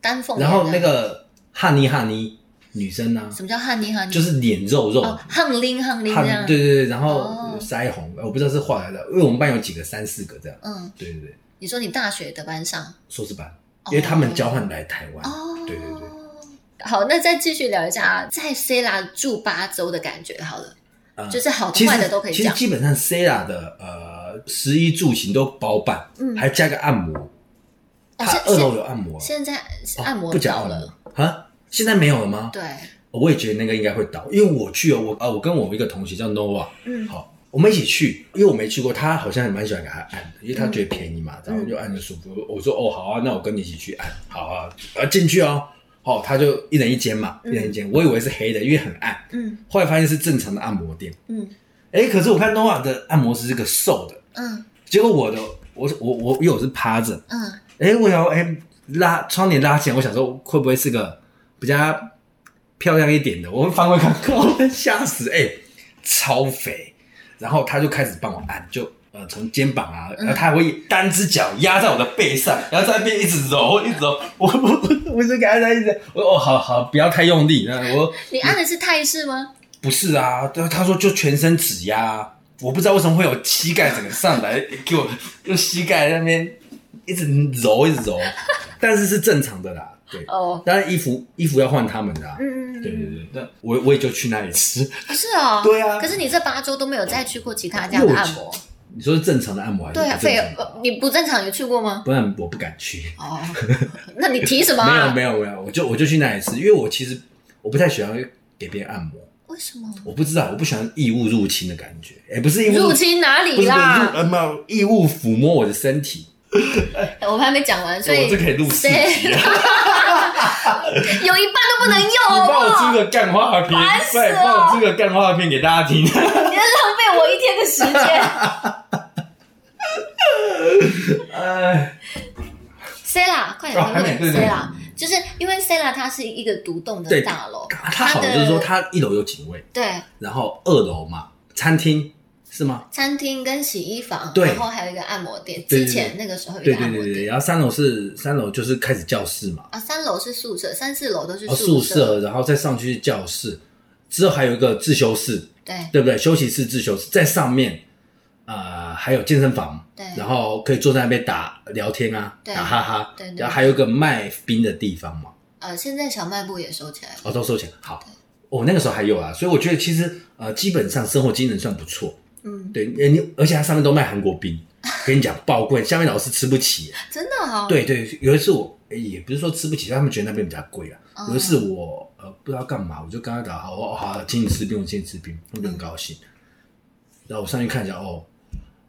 Speaker 1: 丹凤眼
Speaker 2: 哎然
Speaker 1: 啊。
Speaker 2: 后那个哈尼哈尼女生呢、
Speaker 1: 什么叫汉尼汉尼？
Speaker 2: 就是脸肉肉，
Speaker 1: 哦，汉林汉林
Speaker 2: 汗
Speaker 1: 这样。
Speaker 2: 对对对，然后
Speaker 1: 哦
Speaker 2: 腮红，我不知道是画来的，因为我们班有几个三四个这样，
Speaker 1: 嗯，
Speaker 2: 对对对，
Speaker 1: 你说你大学的班上
Speaker 2: 硕士班，
Speaker 1: 哦
Speaker 2: 因为他们交换来台湾，
Speaker 1: 哦，
Speaker 2: 对对对，
Speaker 1: 好，那再继续聊一下啊，在 C 拉住八周的感觉好了，
Speaker 2: 啊
Speaker 1: 就是好的
Speaker 2: 其实
Speaker 1: 坏的都可以
Speaker 2: 其实
Speaker 1: 讲。
Speaker 2: 基本上 Sara 的呃食衣住行都包办，
Speaker 1: 嗯
Speaker 2: 还加个按摩，
Speaker 1: 哦
Speaker 2: 他
Speaker 1: 现
Speaker 2: 二楼有按摩啊，
Speaker 1: 现在是
Speaker 2: 哦
Speaker 1: 按摩
Speaker 2: 不讲
Speaker 1: 到
Speaker 2: 按
Speaker 1: 了，
Speaker 2: 摩啊，现在没有了吗？
Speaker 1: 对，
Speaker 2: 我也觉得那个应该会倒，因为我去哦，我啊，我跟我一个同学叫 Nova，
Speaker 1: 嗯
Speaker 2: 好，我们一起去，因为我没去过，他好像也蛮喜欢给他按的，因为他
Speaker 1: 嗯
Speaker 2: 觉得便宜嘛，然后就按的舒服。我说哦，好啊，那我跟你一起去按，好啊，啊进去哦，哦，他就一人一间嘛，一人一间，我以为是黑的，因为很暗，
Speaker 1: 嗯
Speaker 2: 后来发现是正常的按摩店，
Speaker 1: 嗯
Speaker 2: 哎，可是我看 Nova 的按摩师是个瘦的，
Speaker 1: 嗯
Speaker 2: 结果我的我我我因为我是趴着，
Speaker 1: 嗯，
Speaker 2: 哎，我想哎拉窗帘拉起来，我想说会不会是个比较漂亮一点的？我会翻过去看， 靠，吓死！哎，超肥。然后他就开始帮我按，就呃从肩膀啊，然后他还会单只脚压在我的背上，然后在那边一直揉，一直揉。我我我就给他一直，我说哦好好，不要太用力。那我
Speaker 1: 你按的是泰式吗？
Speaker 2: 不是啊，他他说就全身指压啊，我不知道为什么会有膝盖整个上来，给我用膝盖在那边一直揉一直揉，但是是正常的啦，对。
Speaker 5: 哦，
Speaker 2: 当然衣服衣服要换他们的啊，
Speaker 1: 嗯嗯
Speaker 2: 对
Speaker 1: 嗯，
Speaker 2: 对对，那我我也就去那里吃。
Speaker 1: 不是哦，
Speaker 2: 对啊
Speaker 1: 可是你这八周都没有再去过其他家的按摩，
Speaker 2: 你说是正常的按摩还是不
Speaker 1: 对啊，
Speaker 2: 正
Speaker 1: 废
Speaker 2: 常的？
Speaker 1: 呃你不正常有去过吗？
Speaker 2: 不然我不敢去。
Speaker 1: 哦，那你提什么、
Speaker 2: 没有
Speaker 1: 啊？
Speaker 2: 没有没有，我就我就去那里吃，因为我其实我不太喜欢给别人按摩，
Speaker 1: 为什么？
Speaker 2: 我不知道我不喜欢异物入侵的感觉，哎，不是异物
Speaker 5: 入侵哪
Speaker 2: 不
Speaker 5: 里
Speaker 2: 是不是入
Speaker 5: 啦？
Speaker 2: 呃没有异物抚摸我的身体。
Speaker 5: 我们还没讲完，所以
Speaker 2: 哎我这可以录四 集啊！
Speaker 5: 有一半都不能用，
Speaker 2: 你
Speaker 5: 好不
Speaker 2: 帮我
Speaker 5: 好
Speaker 2: 出？个干话片，
Speaker 5: 死了
Speaker 2: 对，帮我出个干话片给大家听。
Speaker 5: 你在浪费我一天的时间。
Speaker 2: 哎，
Speaker 1: Sela，快点
Speaker 2: 哦
Speaker 1: 问
Speaker 2: 还
Speaker 1: 问
Speaker 2: 没对对
Speaker 1: Sela，就是因为 Sela 它是一个独栋的
Speaker 2: 对
Speaker 1: 大楼，
Speaker 2: 他好
Speaker 1: 的
Speaker 2: 就是说，他一楼有警卫，
Speaker 1: 对
Speaker 2: 然后二楼嘛，餐厅是吗？
Speaker 1: 餐厅跟洗衣房，
Speaker 2: 对
Speaker 1: 然后还有一个按摩店，
Speaker 2: 对对对
Speaker 1: 之前那个时候有一
Speaker 2: 对
Speaker 1: 个
Speaker 2: 对
Speaker 1: 按摩
Speaker 2: 对对，
Speaker 1: 店
Speaker 2: 然后三楼是三楼就是开始教室嘛，
Speaker 1: 啊，三楼是宿舍，三四楼都是
Speaker 2: 然后哦宿
Speaker 1: 舍，
Speaker 2: 舍，然后再上去教室，之后还有一个自修室，
Speaker 1: 对
Speaker 2: 对不对？休息室、自修室在上面，呃，还有健身房，
Speaker 1: 对
Speaker 2: 然后可以坐在那边打聊天啊，
Speaker 1: 对
Speaker 2: 打哈哈，
Speaker 1: 对对
Speaker 2: 然后还有一个卖冰的地方嘛，
Speaker 1: 呃，现在小卖部也收起来了，
Speaker 2: 哦，都收钱，好，我、那个时候还有啊，所以我觉得其实呃，基本上生活机能算不错，
Speaker 1: 嗯，
Speaker 2: 对，呃你而且它上面都卖韩国冰，跟你讲爆贵，下面老师吃不起，
Speaker 1: 真的哦，
Speaker 2: 对对，有一次我诶也不是说吃不起，他们觉得那边比较贵啊。
Speaker 1: 哦
Speaker 2: 有一次我呃不知道干嘛，我就跟他讲，好，我好，请你吃冰，我请你吃冰，他们就很高兴。然后我上去看一下，哦，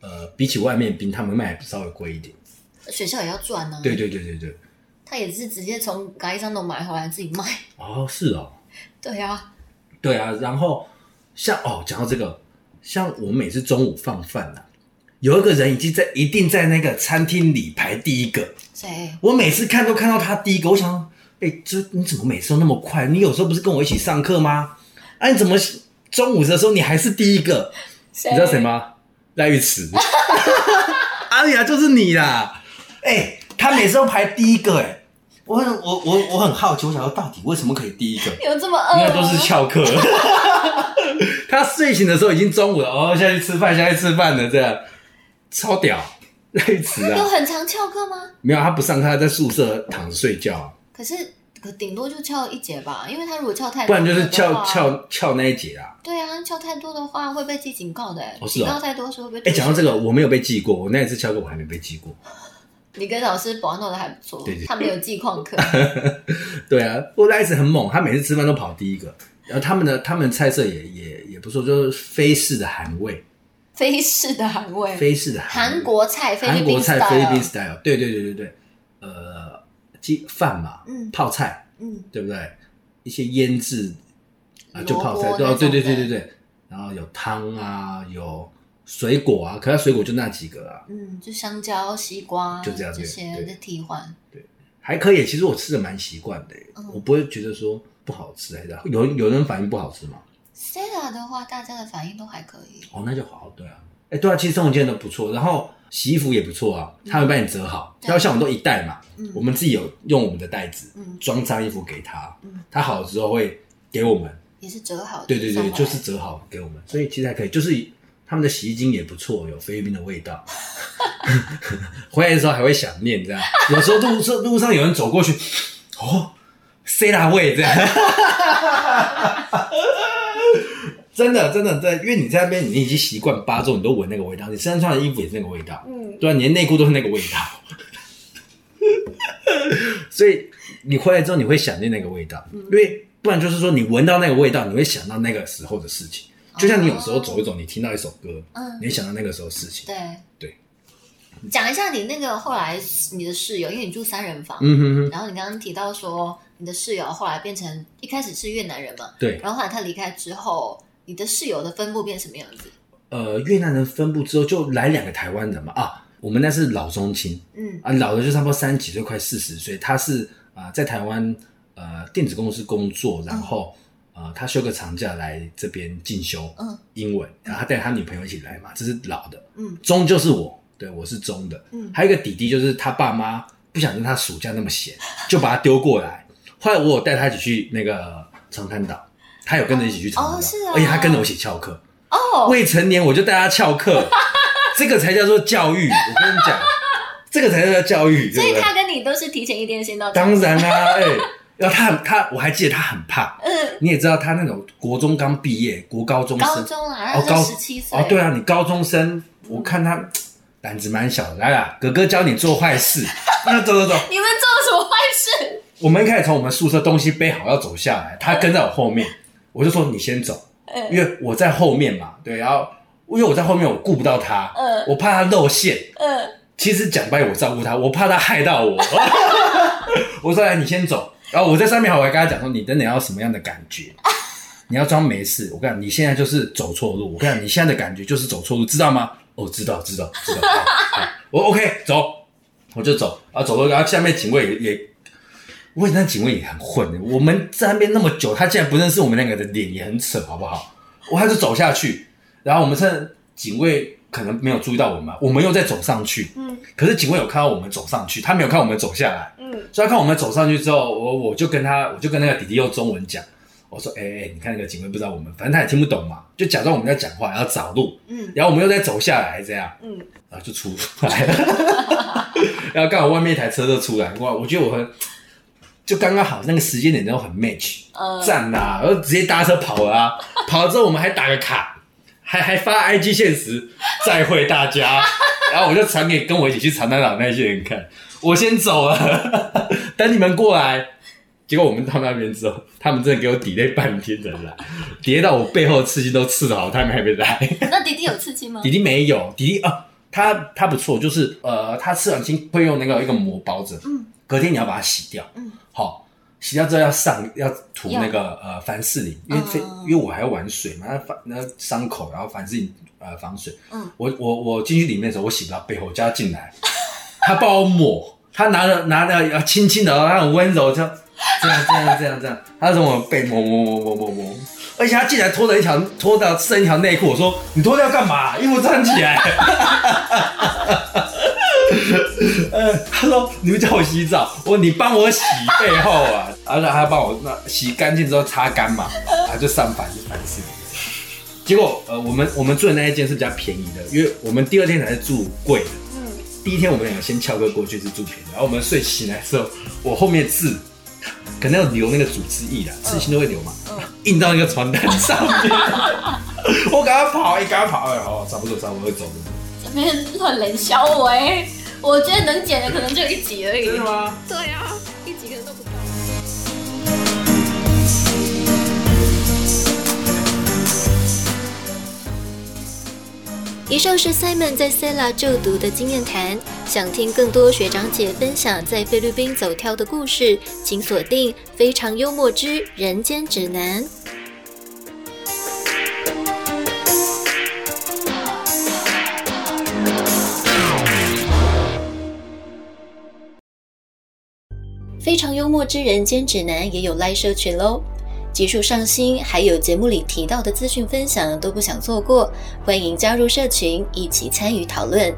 Speaker 2: 呃，比起外面冰，他们卖得稍微贵一点。
Speaker 1: 学校也要赚呢，
Speaker 2: 对，对对对对，
Speaker 1: 他也是直接从咖喱商农买回来自己卖，
Speaker 2: 哦，是哦，
Speaker 1: 对啊，
Speaker 2: 对啊。然后像哦，讲到这个，像我每次中午放饭啊，有一个人已经在一定在那个餐厅里排第一个，
Speaker 1: 谁？
Speaker 2: 我每次看都看到他第一个，我想，哎、这你怎么每次都那么快？你有时候不是跟我一起上课吗？啊，你怎么中午的时候你还是第一个？你啊知道谁吗？赖玉慈。阿雅就是你啦！哎、他每次都排第一个、哎，我很我我我很好奇，我想说到底为什么可以第一个？
Speaker 5: 有这么饿啊
Speaker 2: 应
Speaker 5: 吗？
Speaker 2: 该都
Speaker 1: 呃
Speaker 2: 是翘课。 他睡醒的时候已经中午了，哦，下去吃饭，下去吃饭了，这样超屌，累死
Speaker 5: 有
Speaker 2: 啊！
Speaker 5: 很常翘课吗？
Speaker 2: 没有，他不上课，他在宿舍躺着睡觉，啊
Speaker 5: 可是可顶多就翘一节吧，因为他如果翘
Speaker 1: 哎
Speaker 5: 太多，
Speaker 2: 不然就是
Speaker 1: 哦
Speaker 2: 翘。翘翘那一节啊。
Speaker 5: 对啊，翘太多的话会被记警告的、欸。
Speaker 2: 哦是
Speaker 5: 警
Speaker 2: 哦
Speaker 5: 告太多是会被。
Speaker 2: 哎、讲到这个，，我没有被记过，我那一次翘课我还没被记过。
Speaker 5: 你跟老师保安弄得还不错，
Speaker 2: 对对
Speaker 5: 他没有记 旷课。
Speaker 2: 对啊，我那一次很猛，他每次吃饭都跑第一个。然后他们的他们菜色也也也不错，就是非式的韩味，
Speaker 5: 非式的韩味，
Speaker 2: 非式的韩味
Speaker 5: 韩国菜，菲律
Speaker 2: 韩国
Speaker 5: 宾
Speaker 2: 菜菲律宾
Speaker 5: style。
Speaker 2: style，对对对对对，呃，鸡饭嘛，
Speaker 5: 嗯
Speaker 2: 泡菜，
Speaker 5: 嗯，
Speaker 2: 对不对？一些腌制啊，就
Speaker 5: 萝卜
Speaker 2: 泡菜，
Speaker 5: 那
Speaker 2: 对哦
Speaker 5: 种
Speaker 2: 对对对
Speaker 5: 的
Speaker 2: 对对，然后有汤啊，有水果啊，可它水果就那几个啊，
Speaker 5: 嗯，就香蕉、西瓜，
Speaker 2: 就这样对
Speaker 5: 些
Speaker 2: 对
Speaker 5: 的替换。
Speaker 2: 还可以。其实我吃的蛮习惯的、
Speaker 5: 嗯
Speaker 2: 我不会觉得说不好吃还是有有人反应不好吃吗？
Speaker 5: Stella 的话，大家的反应都还可以。
Speaker 2: 哦，那就好，对啊，哎对啊，其实这种件都不错，然后洗衣服也不错啊，他会帮你折好，
Speaker 5: 对
Speaker 2: 然后像我们都一袋嘛，
Speaker 5: 嗯
Speaker 2: 我们自己有用我们的袋子
Speaker 5: 嗯
Speaker 2: 装脏衣服给他
Speaker 5: 嗯，
Speaker 2: 他好了之后会给我们。
Speaker 5: 也是折好的，
Speaker 2: 对对
Speaker 5: 上
Speaker 2: 对，
Speaker 5: 来
Speaker 2: 就是折好给我们，所以其实还可以。就是他们的洗衣精也不错，有菲律宾的味 道。回来的时候还会想念这样，有时候路上路上有人走过去，哦，塞拉味这样。真的，真的，对，因为你在那边，你已经习惯八周，你都闻那个味道，你身上穿的衣服也是那个味道，嗯，对啊，你的内裤都是那个味道，所以你回来之后你会想念那个味道，因为不然就是说你闻到那个味道，你会想到那个时候的事情。就像你有时候走一走，你听到一首歌，
Speaker 5: 嗯
Speaker 2: 你会想到那个时候的事情。
Speaker 5: 对
Speaker 2: 对。
Speaker 5: 讲一下你那个后来你的室友，因为你住三人房，
Speaker 2: 嗯哼哼，
Speaker 5: 然后你刚刚提到说你的室友后来变成一开始是越南人嘛，
Speaker 2: 对，
Speaker 5: 然后后来他离开之后，你的室友的分布变什么样子？
Speaker 2: 呃，越南人分布之后就来两个台湾人嘛啊，我们那是老中青
Speaker 5: 嗯
Speaker 2: 啊，老的就差不多三十几岁，快四十岁，他是啊、在台湾呃电子公司工作，
Speaker 5: 嗯
Speaker 2: 然后。呃，他休个长假来这边进修
Speaker 5: 嗯
Speaker 2: 英文，然后他带他女朋友一起来嘛，这是老的，
Speaker 5: 嗯，
Speaker 2: 中就是我，对我是中的，
Speaker 5: 嗯
Speaker 2: 还有一个弟弟，就是他爸妈不想让他暑假那么闲，就把他丢过来。后来我有带他一起去那个长滩岛，他有跟着一起去长滩岛，
Speaker 5: 哦是啊
Speaker 2: 而且他跟着我一起翘课。
Speaker 5: 哦，
Speaker 2: 未成年我就带他翘课，这个才叫做教育。我跟你讲，这个才叫做教育，
Speaker 5: 所
Speaker 2: 对
Speaker 5: 以
Speaker 2: 不对？
Speaker 5: 他跟你都是提前一天先到，
Speaker 2: 当然啦、哎、然后他很他，我还记得他很怕。
Speaker 5: 嗯，
Speaker 2: 你也知道，他那种国中刚毕业，国高中生，
Speaker 5: 高中啦，
Speaker 2: 哦
Speaker 5: 然后
Speaker 2: 高
Speaker 5: 十七岁，
Speaker 2: 哦，对啊，你高中生，我看他胆子蛮小的。来啦，哥哥教你做坏事，那走走走，
Speaker 5: 你们做了什么坏 事？
Speaker 2: 我们一开始从我们宿舍东西背好要走下来，他跟在我后面，我就说你先走，
Speaker 5: 嗯
Speaker 2: 因为我在后面嘛，对，然后因为我在后面，我顾不到他，
Speaker 5: 嗯
Speaker 2: 我怕他露馅。
Speaker 5: 嗯，
Speaker 2: 其实讲白，我照顾他，我怕他害到 我。我说来，你先走，然后我在上面，我还跟他讲说，你等等要什么样的感 觉。你要装没事，我跟你讲，你现在就是走错路。我跟你讲，你现在的感觉就是走错路，知道吗？哦，知道，知道，知道。好好我 OK，走，我就走啊，走了，然后下面警卫也也，我那警卫也很混的。我们在那边那么久，他竟然不认识我们两个的脸，也很扯，好不好？我还是走下去，然后我们趁警卫可能没有注意到我们，我们又再走上去。嗯，可是警卫有看到我们走上去，他没有看我们走下来。嗯，所以他看我们走上去之后，我我就跟他，我就跟那个弟弟用中文讲。我说：“哎、哎、你看那个警卫不知道我们，反正他也听不懂嘛，就假装我们在讲话，然后找路，
Speaker 5: 嗯，
Speaker 2: 然后我们又再走下来，这样，
Speaker 5: 嗯，
Speaker 2: 然后就出 来了，然后刚好外面一台车就出来，哇，我觉得我很，就刚刚好那个时间点都很 match，
Speaker 5: 嗯
Speaker 2: 赞啦、然后直接搭车跑了啊，跑了之后我们还打个卡，还还发 IG 现实，再会大家，然后我就传给跟我一起去长滩岛那些人看，我先走了， 等你们过来。结果我们到那边之后，他们真的给我抵 e 半天才来，叠到我背后刺青都刺好，他们还没来。
Speaker 5: 那弟弟有刺青吗
Speaker 2: 弟？弟没有，弟弟啊，他他不错，就是呃，他吃完青会用那个一个膜包着，嗯，隔天你要把它洗掉，
Speaker 5: 嗯，
Speaker 2: 好，洗掉之后要上要涂
Speaker 5: 药
Speaker 2: 那个呃凡士林，因为这、
Speaker 5: 哦
Speaker 2: 因为我还要玩水嘛，那凡那伤口然后凡士林呃防水，
Speaker 5: 嗯，
Speaker 2: 我我我进去里面的时候我洗不到背后，我叫他进来， 他帮我抹，他拿着拿着要轻轻的，他很温柔，这样这样这样这样这样，他从我背摸摸摸摸摸摸，而且他竟然脱了一条脱掉剩一条内裤，我说你脱掉干嘛？衣服穿起来。 呃，他说你们叫我洗澡，我说你帮我洗背后啊，然后他帮我那洗干净之后擦干嘛，他就上班就反思。结果呃，我们我们住的那一间是比较便宜的，因为我们第二天才是住贵的。第一天我们两个先翘课过去是住便宜的，然后我们睡醒来之后，我后面字可能要留那个组织意啦，字性都会留嘛，印到那个床单上面。我赶快跑，一赶快跑，哎，好，差不多，差不多，走了。
Speaker 1: 这边乱冷笑我哎、我觉得能剪的可能就一集而已。
Speaker 2: 真的吗？
Speaker 1: 对啊，一集可能都不到。
Speaker 3: 以上是 Simon 在 Sela 就读的经验谈。想听更多学长姐分享在菲律宾走跳的故事，请锁定《非常幽默之人间指南》。《非常幽默之人间指南》也有 Live 社群喽。集数上新，还有节目里提到的资讯分享都不想错过，欢迎加入社群一起参与讨论。